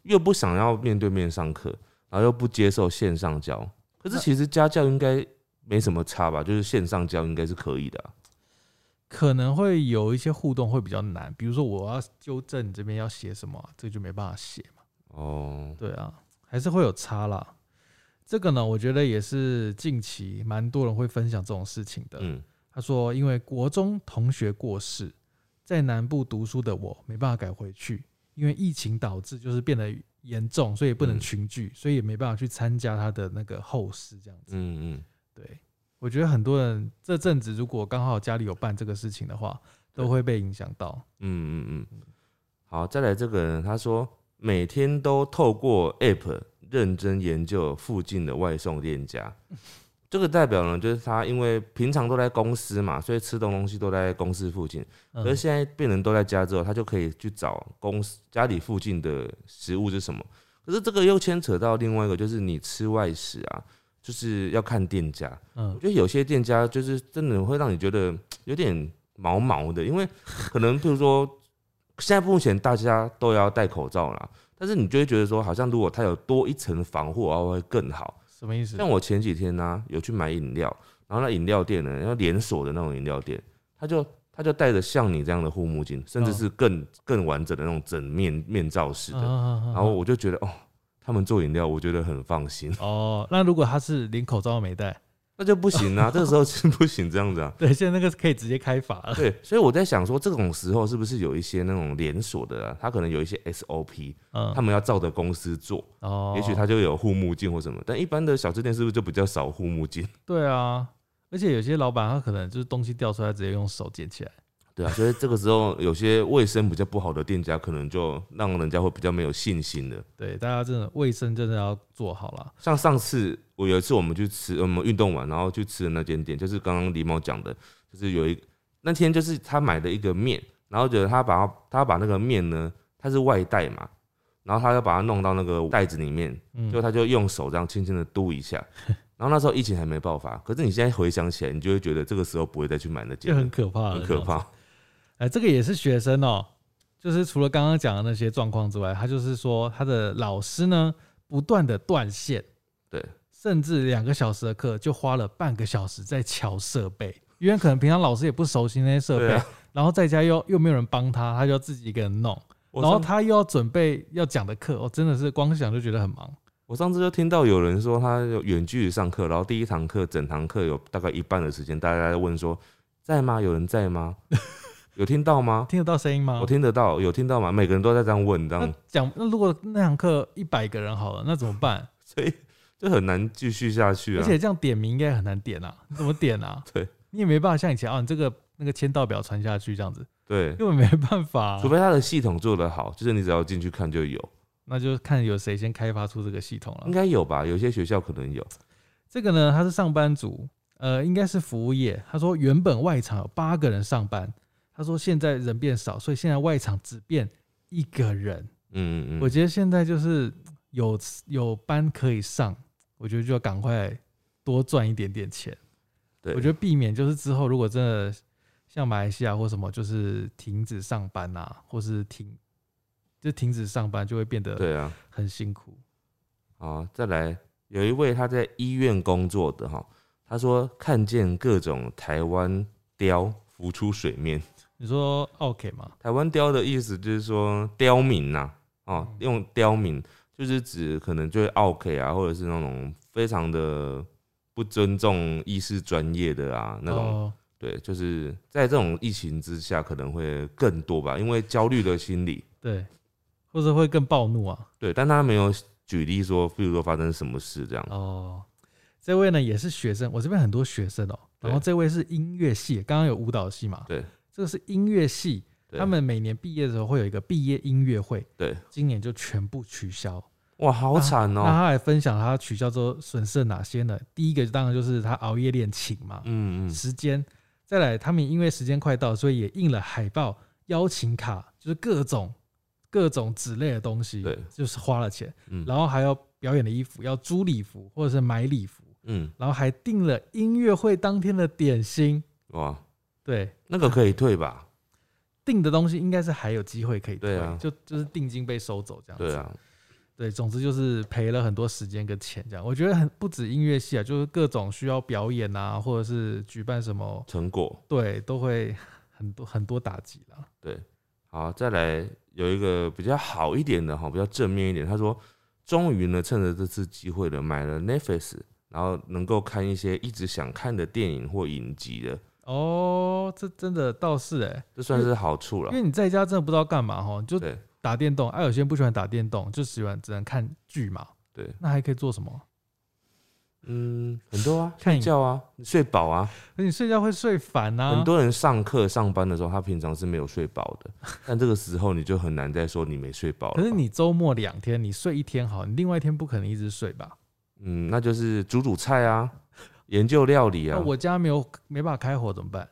又不想要面对面上课，然后又不接受线上教，可是那其实家教应该没什么差吧，就是线上教应该是可以的啊、可能会有一些互动会比较难，比如说我要纠正你这边要写什么啊、这就没办法写嘛。哦，对啊，还是会有差啦。这个呢，我觉得也是近期蛮多人会分享这种事情的。嗯，他说，因为国中同学过世，在南部读书的我没办法赶回去，因为疫情导致就是变得严重，所以不能嗯群聚，所以也没办法去参加他的那个后事这样子。嗯嗯。对，我觉得很多人这阵子如果刚好家里有办这个事情的话，对都会被影响到。嗯嗯嗯，好，再来这个人，他说每天都透过 App 认真研究附近的外送店家。这个代表呢，就是他因为平常都在公司嘛，所以吃东东西都在公司附近。嗯可是现在病人都在家之后，他就可以去找公司家里附近的食物是什么。可是这个又牵扯到另外一个，就是你吃外食啊，就是要看店家。我嗯觉得有些店家就是真的会让你觉得有点毛毛的，因为可能譬如说，现在目前大家都要戴口罩啦，但是你就会觉得说，好像如果它有多一层防护，然后会更好。什么意思像？我前几天呢、有去买饮料，然后那饮料店呢，要连锁的那种饮料店，他就他就戴着像你这样的护目镜，嗯甚至是更更完整的那种整面面罩式的，然然后我就觉得哦，他们做饮料，我觉得很放心， 哦，那如果他是连口罩都没戴，那就不行 啊，这个时候是不行这样子啊。对，现在那个可以直接开罚了。对，所以我在想说，这种时候是不是有一些那种连锁的、啊，它可能有一些 SOP，嗯他，们要照着公司做，哦，也许它就有护目镜或什么。但一般的小吃店是不是就比较少护目镜？对啊，而且有些老板他可能就是东西掉出来，直接用手捡起来。对啊，所以这个时候有些卫生比较不好的店家，可能就让人家会比较没有信心的。对，大家真的卫生真的要做好了。像上次我有一次我们去吃，我们运动完然后去吃的那间店，就是刚刚狸猫讲的，就是有一那天就是他买的一个面，然后觉得他把他把那个面呢，它是外带嘛，然后他就把它弄到那个袋子里面，嗯，就他就用手这样轻轻的嘟 一下。然后那时候疫情还没爆发，可是你现在回想起来，你就会觉得这个时候不会再去买那就间了，很可怕了，很可怕。哎，这个也是学生哦，就是除了刚刚讲的那些状况之外，他就是说他的老师呢不断的断线，对，甚至两个小时的课就花了半个小时在瞧设备，因为可能平常老师也不熟悉那些设对备，啊，然后在家又又没有人帮他，他就要自己一个人弄，我然后上他又要准备要讲的课，我、哦真的是光想就觉得很忙。我上次就听到有人说他有远距离上课，然后第一堂课整堂课有大概一半的时间大家在问说。在吗？有人在吗？有听到吗？ 听得到声音吗？我听得到，有听到吗？每个人都在这样问，这那样，讲那如果那堂课一百个人好了，那怎么办？所以 就很难继续下去而啊。且这样点名应该很难点 啊，你怎么点啊？对，你也没办法像以前啊，你这个那个签到表传下去这样子，对，根本没办法啊、 除非他的系统做得好，就是你只要进去看就有，那就看有谁先开发出这个系统应了。该有吧？有些学校可 能有。这个呢，他是上班族，呃，应该是服务业。他说原本外场有八个人上班，他说现在人变少，所以现在外场只变一个人。嗯嗯我嗯，觉得现在就是有有班可以上，我觉得就要赶快多赚一点点钱。对，我觉得避免就是之后如果真的像马来西亚或什么，就是停止上班啊，或是停就停止上班，就会变得对啊。很辛苦。好，再来，有一位他在医院工作的哈，他说看见各种台湾雕浮出水面。你说 OK 吗？台湾雕的意思就是说刁民呐、哦嗯，用刁民就是指可能就是 OK 啊，或者是那种非常的不尊重医师专业的啊那种。哦对，就是在这种疫情之下，可能会更多吧，因为焦虑的心理。对，或者会更暴怒啊。对，但他没有举例说，比如说发生什么事这样。哦，这位呢也是学生，我这边很多学生哦、然后对这位是音乐系，刚刚有舞蹈系嘛？对，这个是音乐系，对他们每年毕业的时候会有一个毕业音乐会，对，今年就全部取消。哇，好惨哦、那他还分享他取消之后损失了哪些呢？第一个当然就是他熬夜练琴嘛，嗯嗯，时间。再来，他们因为时间快到，所以也印了海报、邀请卡，就是各种各种纸类的东西，对，就是花了钱。嗯然后还要表演的衣服，要租礼服或者是买礼服，嗯，然后还订了音乐会当天的点心。哇，对，那个可以退吧？订的东西应该是还有机会可以退，对啊就就是定金被收走这样子。对啊，对，总之就是赔了很多时间跟钱，这样我觉得很不止音乐系啊，就是各种需要表演啊，或者是举办什么，成果。对，都会很多很多打击啦。好，再来有一个比较好一点的哈，比较正面一点。他说，终于呢，趁着这次机会呢，买了 Netflix，然后能够看一些一直想看的电影或影集的，哦，这真的倒是哎、这算是好处了因。为你在家真的不知道干嘛哈，你就对打电动。哎、有些人不喜欢打电动，就喜欢只能看剧嘛。对，那还可以做什么？嗯，很多啊，看啊睡觉啊，睡饱啊，可你睡觉会睡烦呐、很多人上课上班的时候，他平常是没有睡饱的，但这个时候你就很难再说你没睡饱了吧。可是你周末两天，你睡一天好，你另外一天不可能一直睡吧？嗯，那就是煮煮菜啊，研究料理那、啊。我家没有没办法开火怎么办？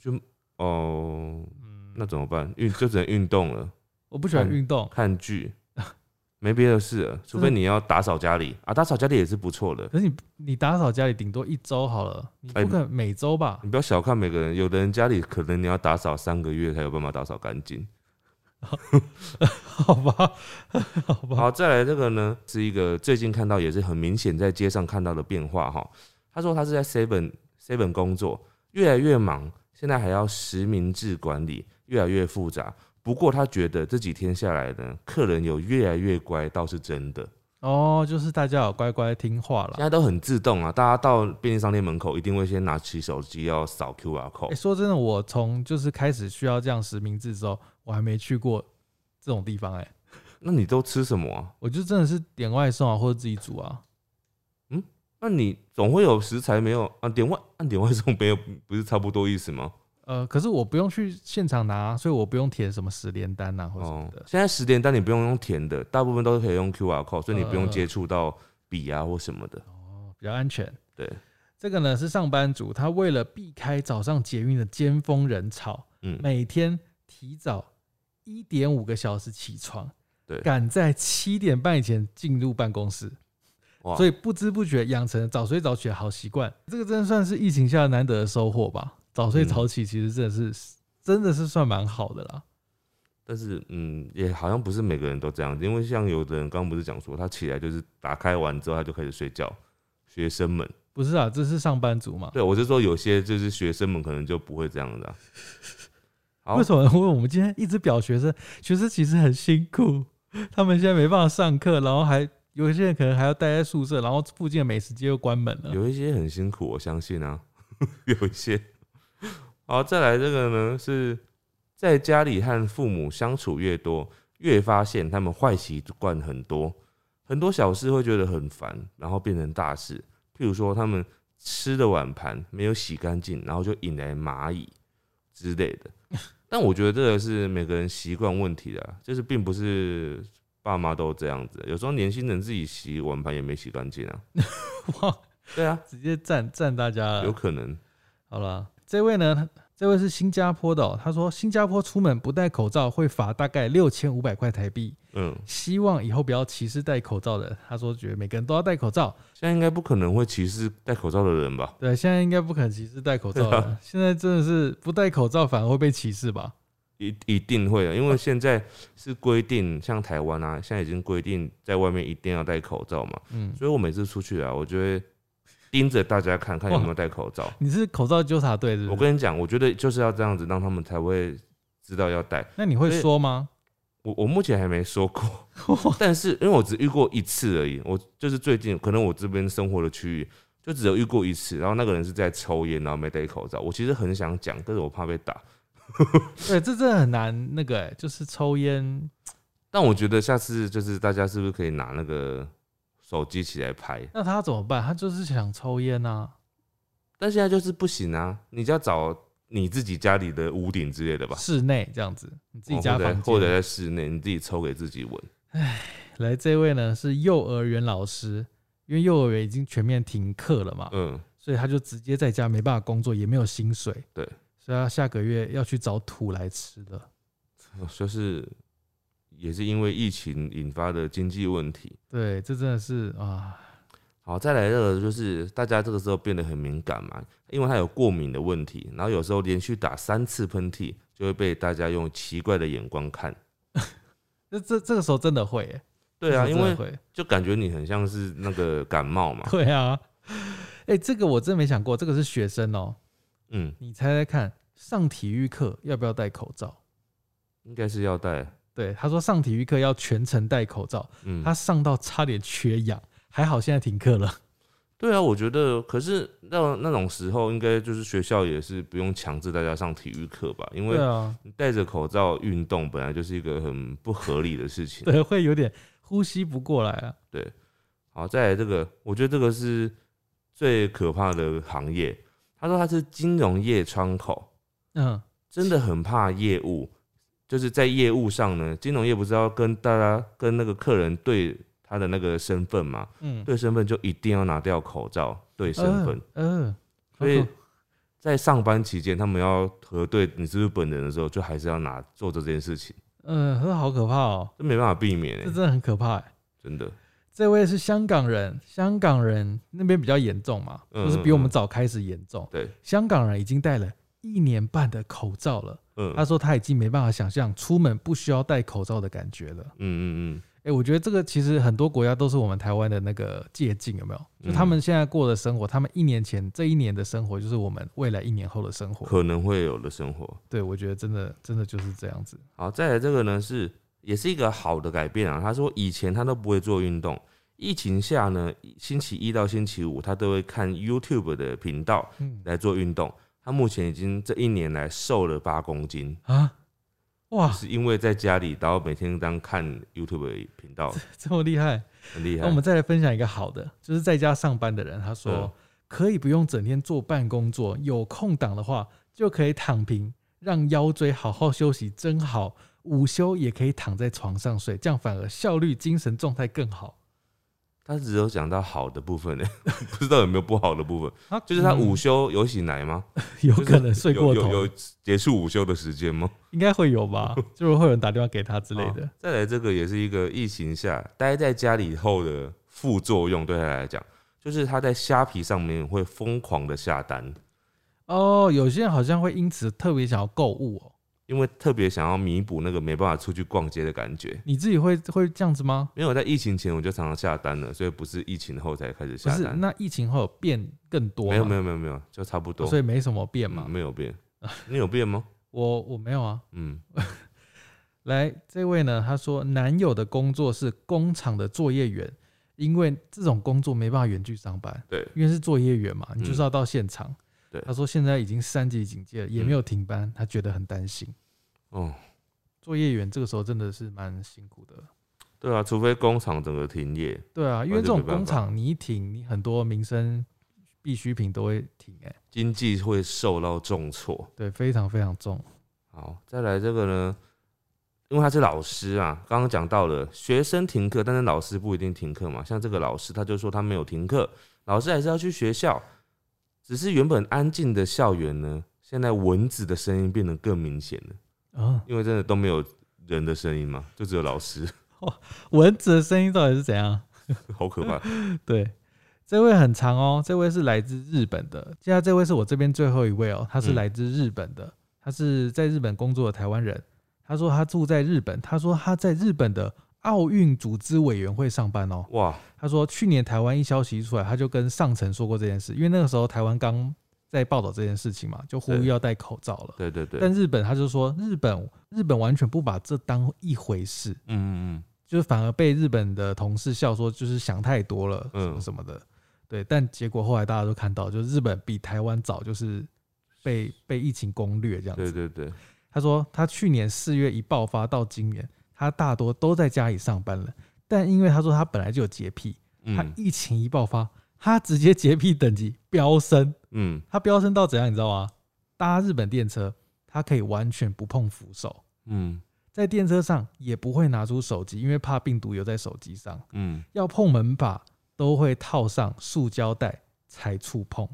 就哦，嗯，那怎么办？运就只能运动了，我不喜欢看运动，看剧，没别的事了，除非你要打扫家里啊，打扫家里也是不错的。可是你你打扫家里顶多一周好了，你哎不可能每周吧？你不要小看每个人，有的人家里可能你要打扫三个月才有办法打扫干净。 好吧， 好吧，好，再来这个呢，是一个最近看到也是很明显在街上看到的变化哈。他说他是在 Seven Seven 工作，越来越忙，现在还要实名制管理，越来越复杂。不过他觉得这几天下来呢，客人有越来越乖，倒是真的。哦，就是大家有乖乖听话现了。在都很自动啊，大家到便利商店门口一定会先拿起手机要扫 QR 哎、 code。说真的，我从就是开始需要这样实名制之后，我还没去过这种地方哎、那你都吃什么啊？我就真的是点外送啊，或者自己煮啊。那你总会有食材没有啊？点外按点外送没有，不是差不多意思吗？呃，可是我不用去现场拿，所以我不用填什么十连单呐、啊、或者什么哦的。，现在十点单你不用用填的，大部分都是可以用 QR code，所以你呃不用接触到笔啊或什么的。哦，比较安全。对，这个呢是上班族，他为了避开早上捷运的尖峰人潮，嗯，每天提早一点五个小时起床，对赶在七点半以前进入办公室，哇，所以不知不觉养成了早睡早起的好习惯。这个真的算是疫情下难得的收获吧。早睡嗯早起其实真的是、真的是算蛮好的啦。但是嗯，也好像不是每个人都这样子，因为像有的人刚刚不是讲说他起来就是打开完之后他就开始睡觉，学生们，不是啊，这是上班族嘛？对我是说有些就是学生们可能就不会这样子、啊。好为，什么？因为我们今天一直表学生，学生其实很辛苦，他们现在没办法上课，然后还有一些人可能还要待在宿舍，然后附嗯近的美食街又关门了。 有一些很辛苦，我相信啊，有一些。好，再来这个呢是在家里和父母相处越多，越发现他们坏习惯很多，很多小事会觉得很烦，然后变成大事。譬如说他们吃的碗盘没有洗干净，然后就引来蚂蚁之类的。但我觉得这个是每个人习惯问题的，就是并不是爸妈都这样子。有时候年轻人自己洗碗盘也没洗干净啊。哇，对啊，直接赞赞大家有了。可能。好了，这位呢，这位是新加坡的、哦，他说新加坡出门不戴口罩会罚大概六千五百块台币，嗯，希望以后不要歧视戴口罩的人。他说觉得每个人都要戴口罩，现在应该不可能会歧视戴口罩的人吧？对，现在应该不可能歧视戴口罩啊了。现在真的是不戴口罩反而会被歧视吧？一一定会啊的，因为现在是规定，像台湾啊，现在已经规定在外面一定要戴口罩嘛。嗯，所以我每次出去啊，我就会盯着大家看看有没有戴口罩。你是口罩纠察队是不是？我跟你讲，我觉得就是要这样子，让他们才会知道要戴。那你会所以说吗？我我目前还没说过， 但是因为我只遇过一次而已，我就是最近可能我这边生活的区域就只有遇过一次，然后那个人是在抽烟，然后没戴口罩。我其实很想讲，但是我怕被打。 对，这真的很难。那个、欸，就是抽烟，但我觉得下次就是大家是不是可以拿那个手机起来拍？那他怎么办？他就是想抽烟啊，但现在就是不行啊，你就要找你自己家里的屋顶之类的吧，室内这样子，你自己哦家或者房或者间。在室内，你自己抽给自己闻。来，这位呢是幼儿园老师，因为幼儿园已经全面停课了嘛，嗯，所以他就直接在家没办法工作，也没有薪水。对，所以他下个月要去找土来吃的。哦就是也是因为疫情引发的经济问题。对，这真的是啊，好，再来这个就是大家这个时候变得很敏感嘛，因为他有过敏的问题，然后有时候连续打三次喷嚏，就会被大家用奇怪的眼光看。这这这个时候真的会、欸，对啊，这因时候为真的会，就感觉你很像是那个感冒嘛。对啊，哎、这个我真没想过，这个是学生哦、嗯，你猜猜看，上体育课要不要戴口罩？应该是要戴。对，他说上体育课要全程戴口罩，嗯，他上到差点缺氧，还好现在停课了。对啊，我觉得，可是那那种时候，应该就是学校也是不用强制大家上体育课吧，因为啊，你戴着口罩运动本来就是一个很不合理的事情。 对，会有点呼吸不过来啊。好，再来这个，我觉得这个是最可怕的行业。他说他是金融业窗口，嗯，真的很怕业务，就是在业务上呢，金融业不是要跟大家跟那个客人对他的那个身份嘛，嗯，对身份就一定要拿掉口罩对身份。嗯、呃所以在上班期间，他们要核对你是不是本人的时候，就还是要拿做这件事情，嗯、这好可怕哦，这没办法避免、这欸，真的很可怕、欸。真的。这位是香港人，香港人那边比较严重嘛，嗯就是比我们早开始严重。对，香港人已经戴了一年半的口罩了，嗯，他说他已经没办法想象出门不需要戴口罩的感觉了。嗯嗯哎、我觉得这个其实很多国家都是我们台湾的那个借鉴，有没有？就他嗯们现在过的生活，他们一年前这一年的生活，就是我们未来一年后的生嗯，活。可能会有的生活。对，我觉得真的真的就是这样子。好，再来这个呢是也是一个好的改变啊。他说以前他都不会做运动，疫情下呢，星期一到星期五他都会看 YouTube 的频道嗯来做运动。他目前已经这一年来瘦了八公斤，啊，哇，是因为在家里，然后每天当看 YouTube 的频道，这么厉害！很厉那害。我们再来分享一个好的，就是在家上班的人，他说、嗯可以不用整天坐办公桌，有空档的话就可以躺平，让腰椎好好休息，真好。午休也可以躺在床上睡，这样反而效率、精神状态更好。他只有讲到好的部分呢， 不知道有没有不好的部分。啊就是他嗯午休有醒来吗？ 有就是可能睡过有头，有有结束午休的时间吗？应该会有 吧？就是会有人打电话给他之类的好。再来，这个也是一个疫情下待在家里后的副作用，对他来讲，就是他在虾皮上面会疯狂的下单，哦，有些人好像会因此特别想要购物哦。因为特别想要弥补那个没办法出去逛街的感觉。你自己会会这样子吗？因为我在疫情前我就常常下单了，所以不是疫情后才开始不下是，单。那疫情后有变更多吗没有没有没有没有，就差不多。所以没什么变嗯嘛。没有变，你有变吗？我我没有啊。嗯，来，这位呢，他说男友的工作是工厂的作业员，因为这种工作没办法远距上班，对，因为是作业员嘛，你就是嗯要到现场，对他说现在已经三级警戒了，也没有停班，他觉得很担心。哦，作业员这个时候真的是蛮辛苦的。对啊，除非工厂整个停业，对啊，因为那这就种没办工法厂你一停，你很多民生必需品都会停、欸，哎，经济会受到重挫。对，非常非常重。好，再来这个呢，因为他是老师啊，刚刚讲到了学生停课，但是老师不一定停课嘛。像这个老师，他就说他没有停课，老师还是要去学校，只是原本安静的校园呢，现在蚊子的声音变得更明显了，啊，因为真的都没有人的声音嘛，就只有老师， 蚊子的声音到底是怎样？好可怕。对，这位很长哦，这位是来自日本的。接下来这位是我这边最后一位哦，他是嗯来自日本的，他是在日本工作的台湾人。他说他住在日本，他说他在日本的奥运组织委员会上班哦。哇，他说去年台湾一消息一出来，他就跟上层说过这件事，因为那个时候台湾刚在报道这件事情嘛，就呼吁对要戴口罩了。对对对，但日本他就说日本日本完全不把这当一回事，嗯嗯嗯，就是反而被日本的同事笑说，就是想太多了，嗯什么什么的。对，但结果后来大家都看到，就是日本比台湾早，就是被被疫情攻略这样嗯对子。对对，他说，他去年四月一爆发到今年，他大多都在家里上班了。但因为他说他本来就有洁癖，他嗯疫情一爆发，他直接洁癖等级飙升。嗯他飙升到怎样，你知道吗？搭日本电车，他可以完全不碰扶手，嗯在电车上也不会拿出手机，因为怕病毒有在手机上。嗯，要碰门把都会套上塑胶袋才触碰，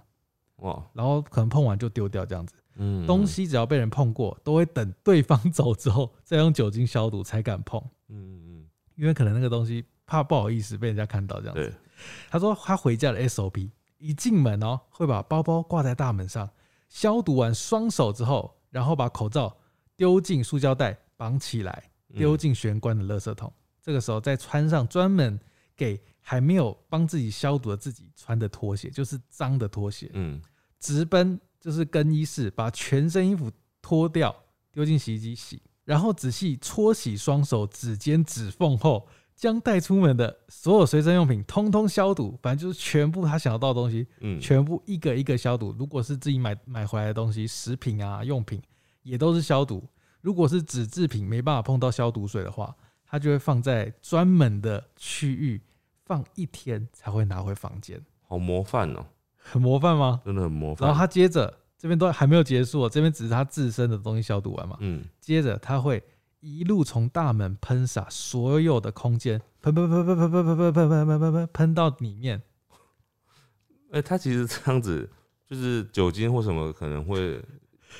哇，然后可能碰完就丢掉这样子。嗯，东，西只要被人碰过，都会等对方走之后再用酒精消毒才敢碰，嗯嗯因为可能那个东西怕不好意思被人家看到这嗯，样对子。，他说他回家的 SOP，一进门哦会把包包挂在大门上，消毒完双手之后，然后把口罩丢进塑胶袋绑起来，嗯丢进玄关的垃圾桶。这个时候再穿上专门给还没有帮自己消毒的自己穿的拖鞋，就是脏的拖鞋，嗯，直奔就是更衣室，把全身衣服脱掉，丢进洗衣机洗，然后仔细搓洗双手、指尖、指缝后。将带出门的所有随身用品通通消毒，反正就是全部他想得到的东西，嗯嗯，全部一个一个消毒。如果是自己买买回来的东西，食品啊、用品也都是消毒。如果是纸制品没办法碰到消毒水的话，它就会放在专门的区域放一天才会拿回房间，好模范哦、很模范吗？真的很模范。然后他接着这边都还没有结束哦，这边只是他自身的东西消毒完嘛，嗯，接着他会一路从大门喷洒所有的空间，喷喷喷喷喷喷喷喷喷喷喷喷喷到里面，哎、他其实这样子，就是酒精或什么可能会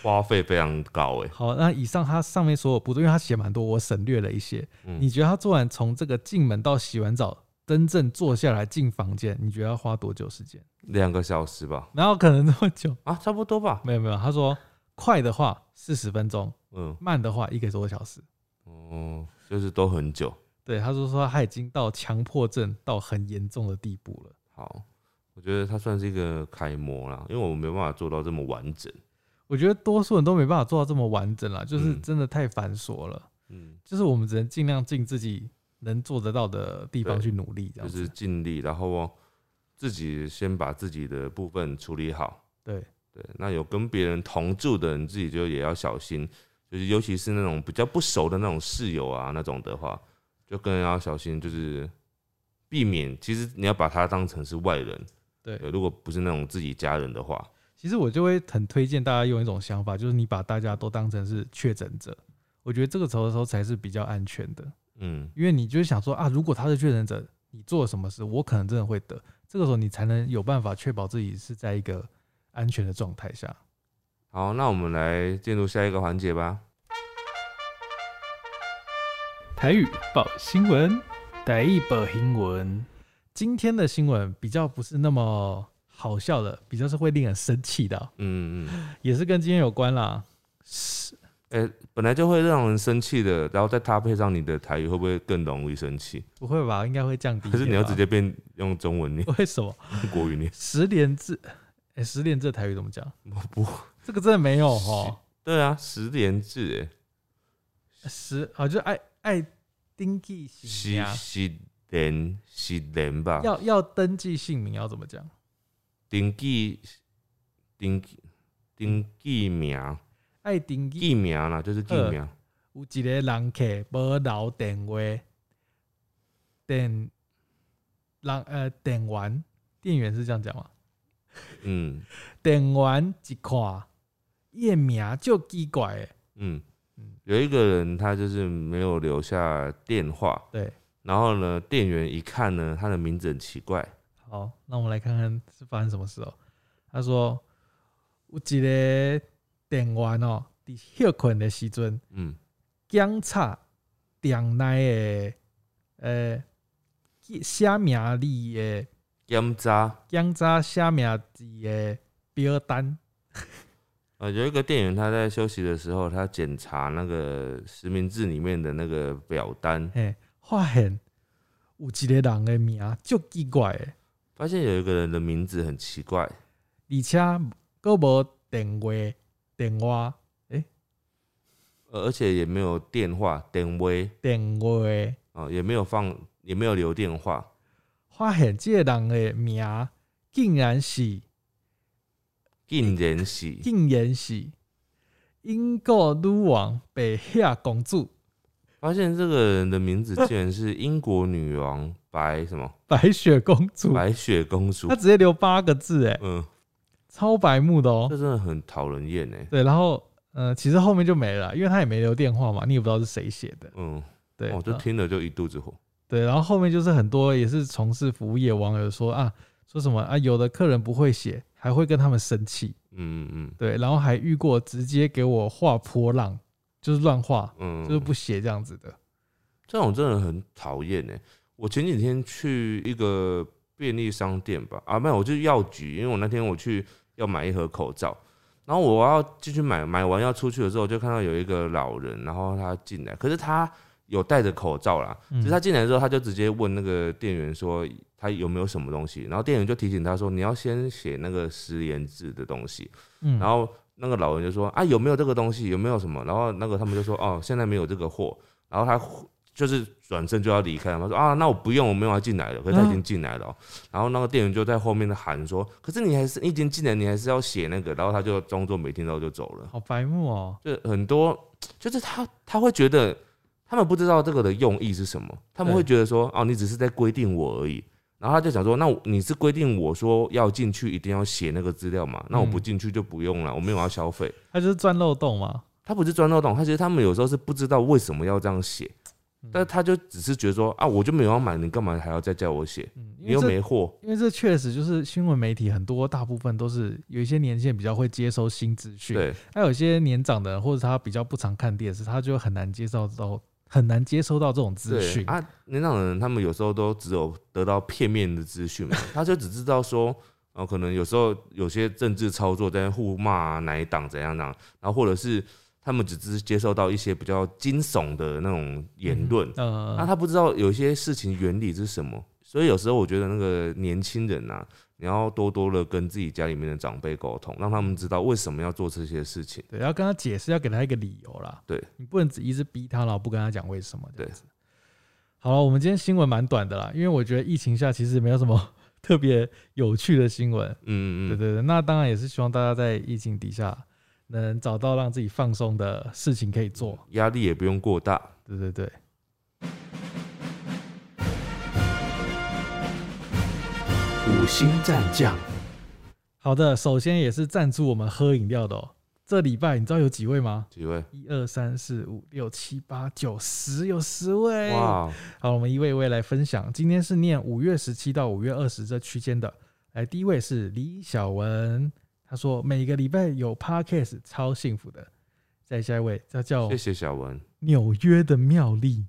花费非常高、哎，好，那以上他上面所有步骤，因为他写蛮多，我省略了一些。嗯你觉得他做完从这个进门到洗完澡，真正坐下来进房间，你觉得要花多久时间？两个小时吧，哪有可能这么久？啊，差不多吧，没有没有，他说快的话四十分钟，嗯，慢的话一个多小时。哦，就是都很久。对，他说说他已经到强迫症到很严重的地步了。好，我觉得他算是一个楷模啦，因为我没办法做到这么完整。我觉得多数人都没办法做到这么完整了，就是嗯真的太繁琐了。嗯，就是我们只能尽量尽自己能做得到的地方对去努力，这就样子。是尽力，然后自己先把自己的部分处理好。对对，那有跟别人同住的，你自己就也要小心，就是尤其是那种比较不熟的那种室友啊，那种的话，就更要小心，就是避免。其实你要把他当成是外人，对对，如果不是那种自己家人的话，其实我就会很推荐大家用一种想法，就是你把大家都当成是确诊者，我觉得这个时候的时候才是比较安全的，嗯，因为你就是想说啊，如果他是确诊者，你做了什么事，我可能真的会得，这个时候你才能有办法确保自己是在一个安全的状态下。好，那我们来进入下一个环节吧。台语报新闻，台语报新闻。今天的新闻比较不是那么好笑的，比较是会令人生气的哦，嗯嗯，嗯，也是跟今天有关啦。是本来就会让人生气的，然后再搭配上你的台语，会不会更容易生气？ 不会吧？应该会降低一点吧。啊可是你要直接变用中文念， 为什么？用国语念， 十连字，哎、十连字的台语怎么讲？我不，这个真的没有哦。对啊，十连字，哎十啊，就爱爱登记姓西名啊，西连西连吧，要要登记姓名要怎么讲？登记登记登记名，爱登记记名啦，就是记名。有一个人客无留电话，电人呃电员店员是这样讲吗？嗯电员一看，伊的名就奇怪诶，嗯嗯，有一个人他就是没有留下电话，对，然后呢，店员一看呢，他的名字很奇怪，好，那我们来看看是发生什么事哦、他说有一个店员哦，伫休困的时阵，嗯，警察店内的呃写名字的检查。警察写名字的表单，呃，有一个店员他在休息的时候，他检查那个实名制里面的那个表单，嘿，发现有一个人的名足奇怪的，发现有一个人的名字很奇怪，而且佫无电话电话呃而且也没有电话电位电话，啊、呃也没有放，也没有留电话，发现即个人的名竟然是。竟然是竟然是英国女王白夏公主发现这个人的名字竟然是英国女王白什么白雪公主，白雪公主她，直接留八个字，哎，嗯，超白目的哦、这真的很讨人厌哎，对，然后呃，其实后面就没了，因为她也没留电话嘛，你也不知道是谁写的。嗯，对，我、就然后听了就一肚子火，对，然后后面就是很多也是从事服务业网友说啊，说什么啊，有的客人不会写，还会跟他们生气。嗯嗯对，然后还遇过直接给我画波浪，就是乱画，嗯，就是不写这样子的。这种真的很讨厌呢。我前几天去一个便利商店吧，啊，没有，我去药局，因为我那天我去要买一盒口罩，然后我要进去买，买完要出去的时候，我就看到有一个老人，然后他进来，可是他有戴着口罩啦，嗯只是他进来之后，他就直接问那个店员说他有没有什么东西，然后店员就提醒他说你要先写那个十言制的东西，嗯，然后那个老人就说啊有没有这个东西，有没有什么？然后那个他们就说哦现在没有这个货，然后他就是转身就要离开，他说啊那我不用，我没有要进来了，可是他已经进来了哦、然后那个店员就在后面喊说，可是你还是你已经进来，你还是要写那个，然后他就装作没听到就走了。好白目哦、就很多，就是他他会觉得他们不知道这个的用意是什么，他们对会觉得说哦，你只是在规定我而已。然后他就想说，那我你是规定我说要进去一定要写那个资料嘛？那我不嗯进去就不用了，我没有要消费。他就是钻漏洞嘛。他不是钻漏洞，他其实他们有时候是不知道为什么要这样写，嗯但他就只是觉得说啊，我就没有要买，你干嘛还要再叫我写？嗯，因你为又这没货，因为这确实就是新闻媒体很多大部分都是有一些年轻人比较会接收新资讯，，对，还有一些年长的人或者他比较不常看电视，他就很难接受到很难接收到这种资对讯。啊，年长人他们有时候都只有得到片面的资讯嘛，他就只知道说，哦、可能有时候有些政治操作在互骂、啊、哪一党怎样怎样，然后或者是他们只是接受到一些比较惊悚的那种言论，嗯那、呃，啊他不知道有些事情原理是什么，所以有时候我觉得那个年轻人啊，你要多多的跟自己家里面的长辈沟通，让他们知道为什么要做这些事情。对，要跟他解释，要给他一个理由啦。对，你不能只一直逼他，然后不跟他讲为什么这样对子。好了，我们今天新闻蛮短的啦，因为我觉得疫情下其实没有什么 特别有趣的新闻。嗯嗯对嗯，对对，那当然也是希望大家在疫情底下能找到让自己放松的事情可以做。压力也不用过大。对对对，五星战将，好的，首先也是赞助我们喝饮料的哦。这礼拜你知道有几位吗？几位？一二三四五六七八九十，有十位。哇，好，我们一位一位来分享。今天是念五月十七到五月二十这区间的。来，第一位是李小文，他说每个礼拜有 podcast 超幸福的。再下一位，他叫谢谢小文。纽约的妙丽，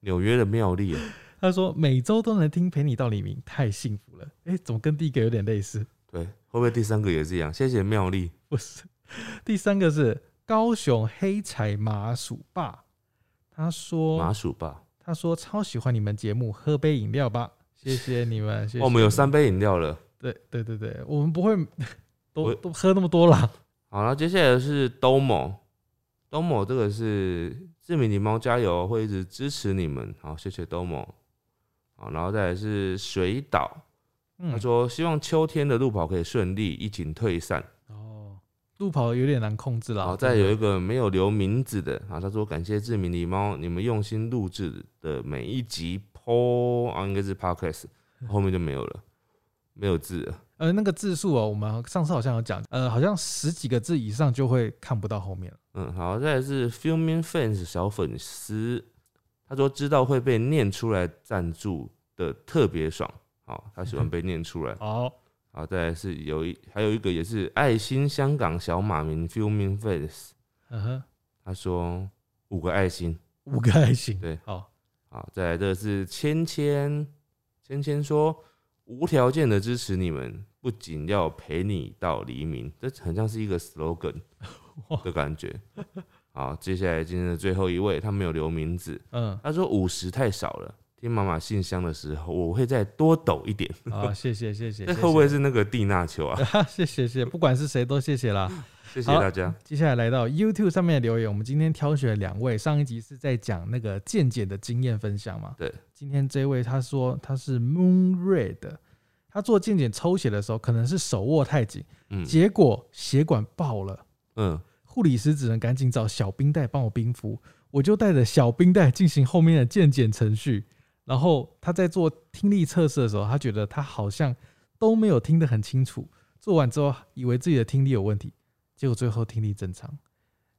纽约的妙丽啊，他说每周都能听陪你到黎明，太幸福了。哎，怎么跟第一个有点类似？ 对，会不会第三个也是一样？谢谢妙丽，不是。第三个是高雄黑柴麻薯爸，他麻说薯吧。他说超喜欢你们节目，喝杯饮料吧，谢谢你们， 谢谢。哦，我们有，三杯饮料了。对对对对，我们不会 都我都喝那么多啦。好了，接下来是 Domo，Domo 这个是志明狸猫加油，会一直支持你们。好，谢谢 Domo。好，然后再来是水岛，嗯他，说希望秋天的路跑可以顺利，疫情退散。哦，路跑有点难控制啦。好，再有一个没有留名字的啊，他说感谢志明狸猫，你们用心录制的每一集 po 啊，应该是 podcast，后面就没有了，没有字了。呃，那个字数哦，我们上次好像有讲，呃，好像十几个字以上就会看不到后面了。嗯，好，再来是 filming fans 小粉丝，他说知道会被念出来赞助的特别爽，好，他喜欢被念出来。好，好，再来是有一还有一个也是爱心香港小马明 filming fans，嗯哼，他说五个爱心。五个爱心。对，好，好，再来这个是芊芊，芊芊说无条件的支持你们，不仅要陪你到黎明，这很像是一个 slogan 哇的感觉。好，接下来今天的最后一位，他没有留名字， 嗯，他说五十太少了，听妈妈信箱的时候，我会再多抖一点。好，啊谢谢谢谢，这谢会不会谢？是那个蒂 娜球啊？谢谢谢谢，不管是谁都谢谢啦。谢谢大家。接下来来到 YouTube 上面的留言，我们今天挑选了两位，上一集是在讲那个健检的经验分享嘛？对。今天这位他说他是 Moon Red，他做健检抽血的时候可能是手握太紧，嗯结果血管爆了，嗯，护理师只能赶紧找小冰袋帮我冰敷，我就带着小冰袋进行后面的健检程序。然后他在做听力测试的时候，他觉得他好像都没有听得很清楚，做完之后以为自己的听力有问题，结果最后听力正常。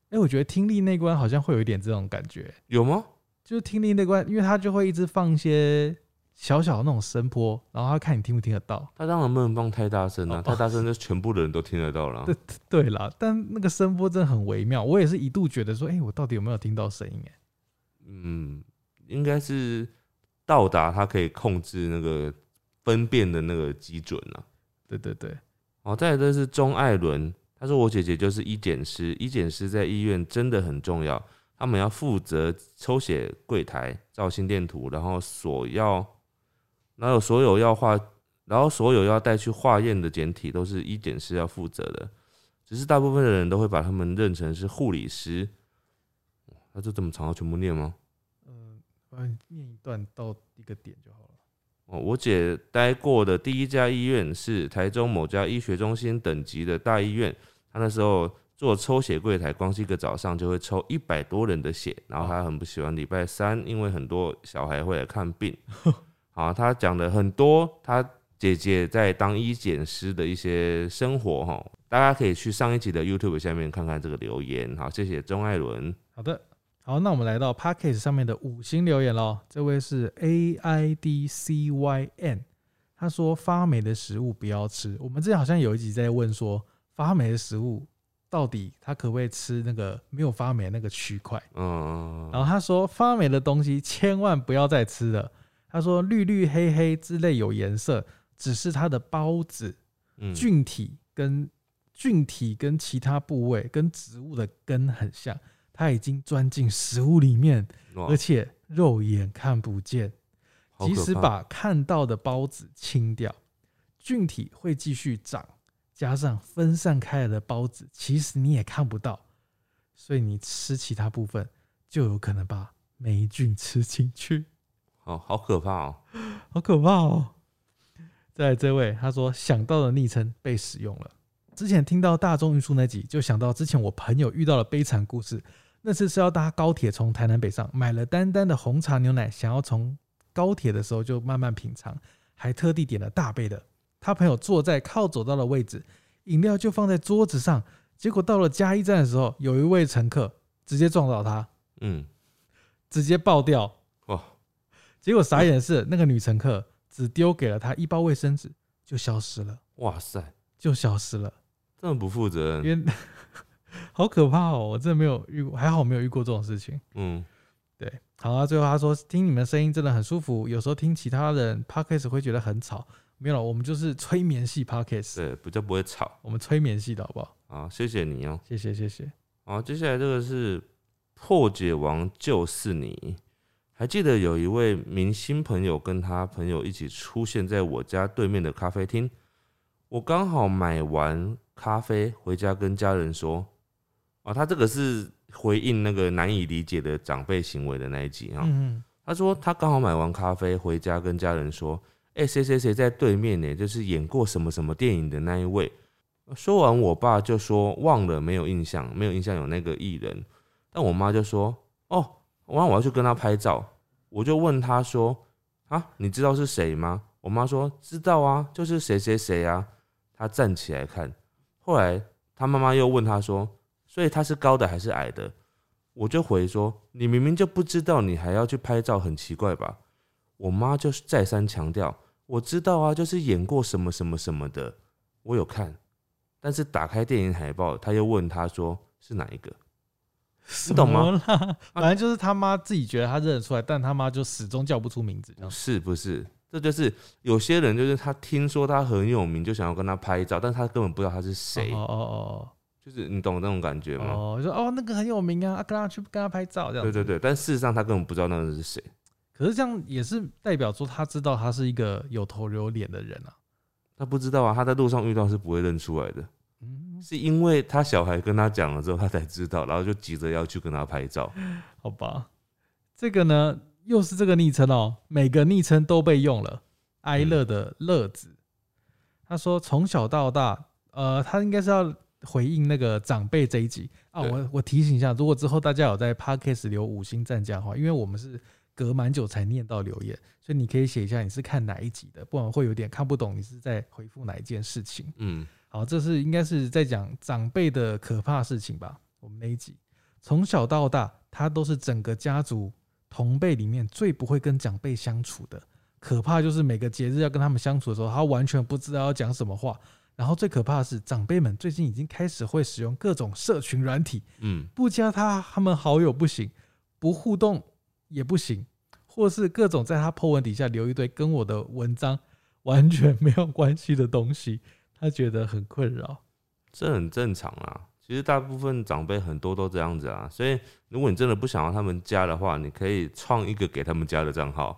哎，我觉得听力那关好像会有一点这种感觉，有吗？就是听力那关，因为他就会一直放一些小小的那种声波，然后他看你听不听得到。他当然不能放太大声了、哦太大声就全部的人都听得到了啊。对对啦，但那个声波真的很微妙，我也是一度觉得说，哎，我到底有没有听到声音？哎，嗯，应该是到达它可以控制那个分辨的那个基准了、对对对，哦，再来这是钟艾伦，他说我姐姐就是医检师，医检师在医院真的很重要，他们要负责抽血柜台、照心电图，然后所要，然后所有要化，然后所有要带去化验的检体都是医检师要负责的，只是大部分的人都会把他们认成是护理师。哦那就这么长要全部念吗？嗯，我帮你念一段到一个点就好了。哦，我姐待过的第一家医院是台中某家医学中心等级的大医院，她那时候做抽血柜台，光是一个早上就会抽一百多人的血，然后她很不喜欢礼拜三，因为很多小孩会来看 病。好，她讲了很多她姐姐在当医检师的一些生活哈，大家可以去上一集的 YouTube 下面看看这个留言。好，谢谢钟爱伦。好的，好，那我们来到 p a c k a g e 上面的五星留言喽。这位是 A I D C Y N，他说发霉的食物不要吃。我们之前好像有一集在问说，发霉的食物到底它可不可以吃那个没有发霉的那个区块？嗯，然后他说发霉的东西千万不要再吃了。他说绿绿黑黑之类有颜色，只是它的孢子嗯菌体跟菌体跟其他部位跟植物的根很像，它已经钻进食物里面，哇而且肉眼看不见。好即可使怕把看到的孢子清掉，菌体会继续长，加上分散开来的孢子，其实你也看不到，所以你吃其他部分就有可能把霉菌吃进去。哦，好可怕哦。好可怕哦！在这位他说想到的昵称被使用了。之前听到大众运输那集，就想到之前我朋友遇到了悲惨故事。那次是要搭高铁从台南北上，买了单单的红茶牛奶，想要从高铁的时候就慢慢品尝，还特地点了大杯的。他朋友坐在靠走道的位置，饮料就放在桌子上。结果到了嘉义站的时候，有一位乘客直接撞到他，嗯，直接爆掉，哇，结果傻眼的是，那个女乘客只丢给了他一包卫生纸，就消失了，哇塞。就消失了。这么不负责任，因为 好可怕哦，我真的没有遇过，还好没有遇过这种事情。嗯，对，好啊。最后他说，听你们声音真的很舒服，有时候听其他人 podcast 会觉得很吵。没有了，我们就是催眠系 podcast，对，比较不会吵我们催眠系的好不好？啊，谢谢你哦。谢谢谢谢。好，接下来这个是破解王就是你，还记得有一位明星朋友跟他朋友一起出现在我家对面的咖啡厅，我刚好买完咖啡回家跟家人说，啊，他这个是回应那个难以理解的长辈行为的那一集啊，嗯他说他刚好买完咖啡回家，跟家人说：“哎、谁谁谁在对面呢？就是演过什么什么电影的那一位。”说完，我爸就说忘了，没有印象，没有印象有那个艺人。但我妈就说：“哦，晚我要去跟他拍照。”我就问他说：“啊，你知道是谁吗？”我妈说：“知道啊，就是谁谁谁啊。”他站起来看。后来他妈妈又问他说：“所以他是高的还是矮的？”我就回说：“你明明就不知道，你还要去拍照，很奇怪吧？”我妈就是再三强调：“我知道啊，就是演过什么什么什么的，我有看。”但是打开电影海报，他又问他说是哪一个？什你懂吗么啊啦？反正就是他妈自己觉得他认得出来，但他妈就始终叫不出名字，这样是不是？这就是有些人就是他听说他很有名，就想要跟他拍照，但他根本不知道他是谁，哦哦就是你懂那种感觉哦吗？哦，就说哦那个很有名啊，啊跟他去跟他拍照这样对子。对对，但事实上他根本不知道那个人是谁。可是这样也是代表说他知道他是一个有头有脸的人啊。他不知道啊，他在路上遇到是不会认出来的，嗯，是因为他小孩跟他讲了之后，他才知道，然后就急着要去跟他拍照。好吧，这个呢又是这个昵称哦，每个昵称都被用了。哀乐的乐子，他说从小到大，呃，他应该是要回应那个长辈这一集啊。对我我提醒一下，如果之后大家有在 podcast 留五星赞加的话，因为我们是隔蛮久才念到留言，所以你可以写一下你是看哪一集的，不然会有点看不懂你是在回复哪一件事情。嗯，好，这是应该是在讲长辈的可怕事情吧？我们那一集，从小到大，他都是整个家族同辈里面最不会跟长辈相处的。可怕就是每个节日要跟他们相处的时候，他完全不知道要讲什么话。然后最可怕的是，长辈们最近已经开始会使用各种社群软体，嗯，不加他他们好友不行，不互动也不行，或是各种在他 po 文底下留一堆跟我的文章完全没有关系的东西，他觉得很困扰。这很正常啊。其实大部分长辈很多都这样子啊，所以如果你真的不想要他们加的话，你可以创一个给他们加的账号，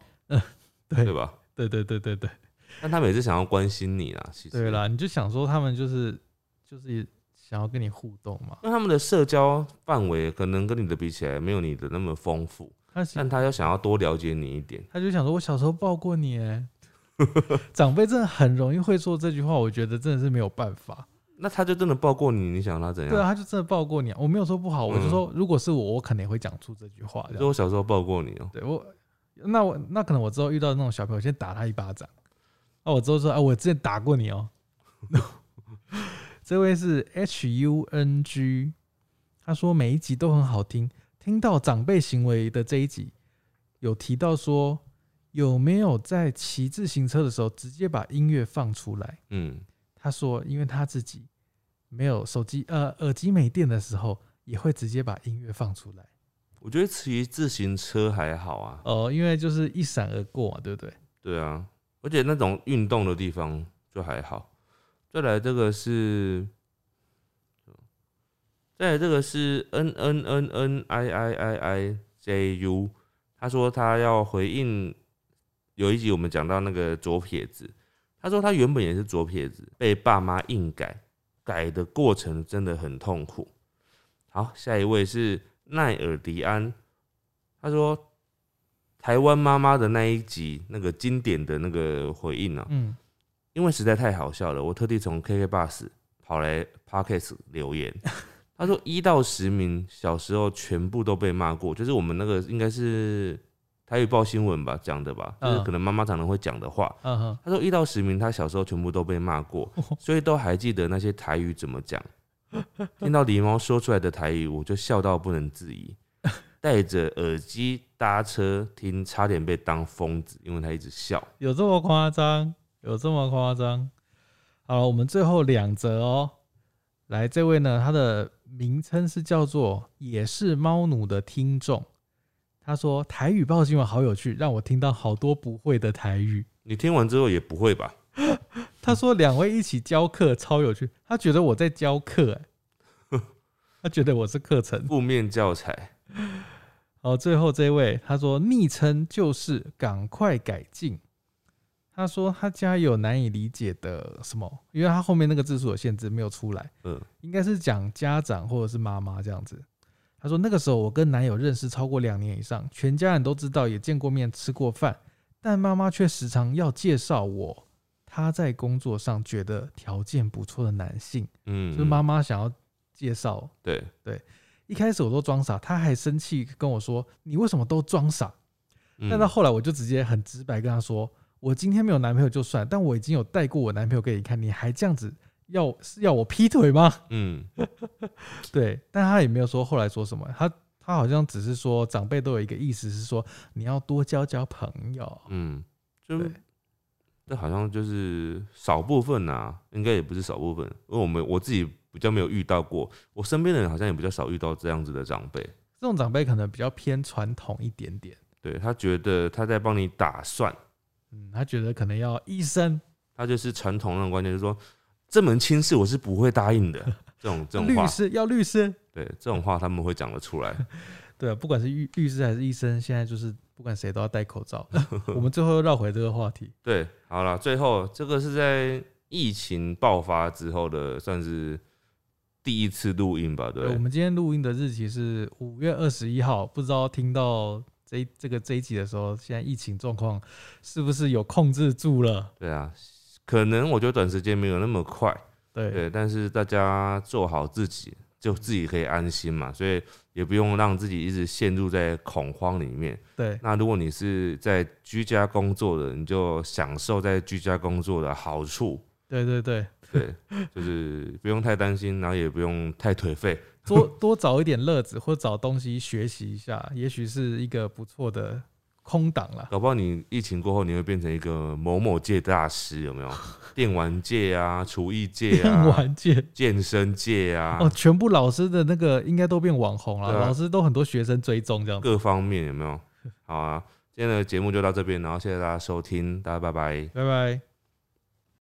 对对吧？对对对对对但他们也是想要关心你啦，其实对，啦，你就想说他们就是就是想要跟你互动嘛，因为他们的社交范围可能跟你的比起来没有你的那么丰富，他喜但他又想要多了解你一点，他就想说我小时候抱过你欸，长辈真的很容易会说这句话，我觉得真的是没有办法。那他就真的抱过你，你想他怎样？对啊，他就真的抱过你啊、我没有说不好，我就嗯说如果是我，我肯定会讲出这句话。这你样说我小时候抱过你哦、对我，那我那可能我之后遇到那种小朋友，先打他一巴掌。那我之后说，啊，我之前打过你哦。 这位是 H U N G，他说每一集都很好听。听到长辈行为的这一集，有提到说有没有在骑自行车的时候直接把音乐放出来？嗯，他说，因为他自己没有手机，呃，耳机没电的时候也会直接把音乐放出来。我觉得骑自行车还好啊，哦、因为就是一闪而过嘛，对不对？对啊，而且那种运动的地方就还好。再来这个是，再来这个是 n n n n i i i i j u，他说他要回应有一集我们讲到那个左撇子，他说他原本也是左撇子，被爸妈硬改，改的过程真的很痛苦。好，下一位是奈尔迪安，他说台湾妈妈的那一集那个经典的那个回应啊，嗯。因为实在太好笑了，我特地从 KK Bus 跑来 Pockets 留言。他说一到十名小时候全部都被骂过，就是我们那个应该是台语报新闻吧讲的吧，就是嗯可能妈妈常常会讲的话。嗯哼，他说一到十名他小时候全部都被骂过，所以都还记得那些台语怎么讲。听到狸猫说出来的台语，我就笑到不能自已。戴着耳机搭车听，差点被当疯子，因为他一直笑。有这么夸张？有这么夸张？好了，我们最后两则哦。来，这位呢，他的名称是叫做“也是猫奴”的听众，他说台语报新闻好有趣，让我听到好多不会的台语。你听完之后也不会吧？他说两位一起教课超有趣，他觉得我在教课、欸他觉得我是课程。负面教材，好，最后这位他说昵称就是赶快改进。他说他家有难以理解的什么，因为他后面那个字数有限制，没有出来。嗯，应该是讲家长或者是妈妈这样子。他说那个时候我跟男友认识超过两年以上，全家人都知道，也见过面，吃过饭，但妈妈却时常要介绍我他在工作上觉得条件不错的男性，嗯，就是妈妈想要介绍。对，一开始我都装傻，他还生气跟我说：“你为什么都装傻？”嗯但到后来，我就直接很直白跟他说：“我今天没有男朋友就算，但我已经有带过我男朋友给你看，你还这样子要是要我劈腿吗嗯，？” 对，但他也没有说后来说什么，他他好像只是说长辈都有一个意思是说你要多交交朋友，嗯，就对这好像就是少部分呐、应该也不是少部分，因为我们我自己比较没有遇到过，我身边的人好像也比较少遇到这样子的长辈。这种长辈可能比较偏传统一点点，对他觉得他在帮你打算，嗯，他觉得可能要医生他就是传统那种观念，就是说这门亲事我是不会答应的，这种这 种律话，师要律师，对这种话他们会讲得出来。对，啊不管是律律师还是医生，现在就是不管谁都要戴口罩。 我们最后又绕回这个话题，对，好了，最后这个是在疫情爆发之后的，算是第一次录音吧，对不呃对，我对，们今天录音的日期是五月二十一号，不知道听到这一这个这一集的时候，现在疫情状况是不是有控制住了？对啊，可能我觉得短时间没有那么快，对，对，但是大家做好自己，就自己可以安心嘛，所以也不用让自己一直陷入在恐慌里面。对那如果你是在居家工作的，你就享受在居家工作的好处，对对对，对， 就是不用太担心，然后也不用太颓废。多多找一点乐子，或找东西学习一下，也许是一个不错的空档 啦。搞不好你疫情过后，你会变成一个某某界大师，有没有？电玩界啊，厨艺界电啊，玩界健身界啊，哦，全部老师的那个应该都变网红了，对啊老师都很多学生追踪这样子。各方面有没有？好啊，今天的节目就到这边，然后谢谢大家收听，大家拜拜。拜拜。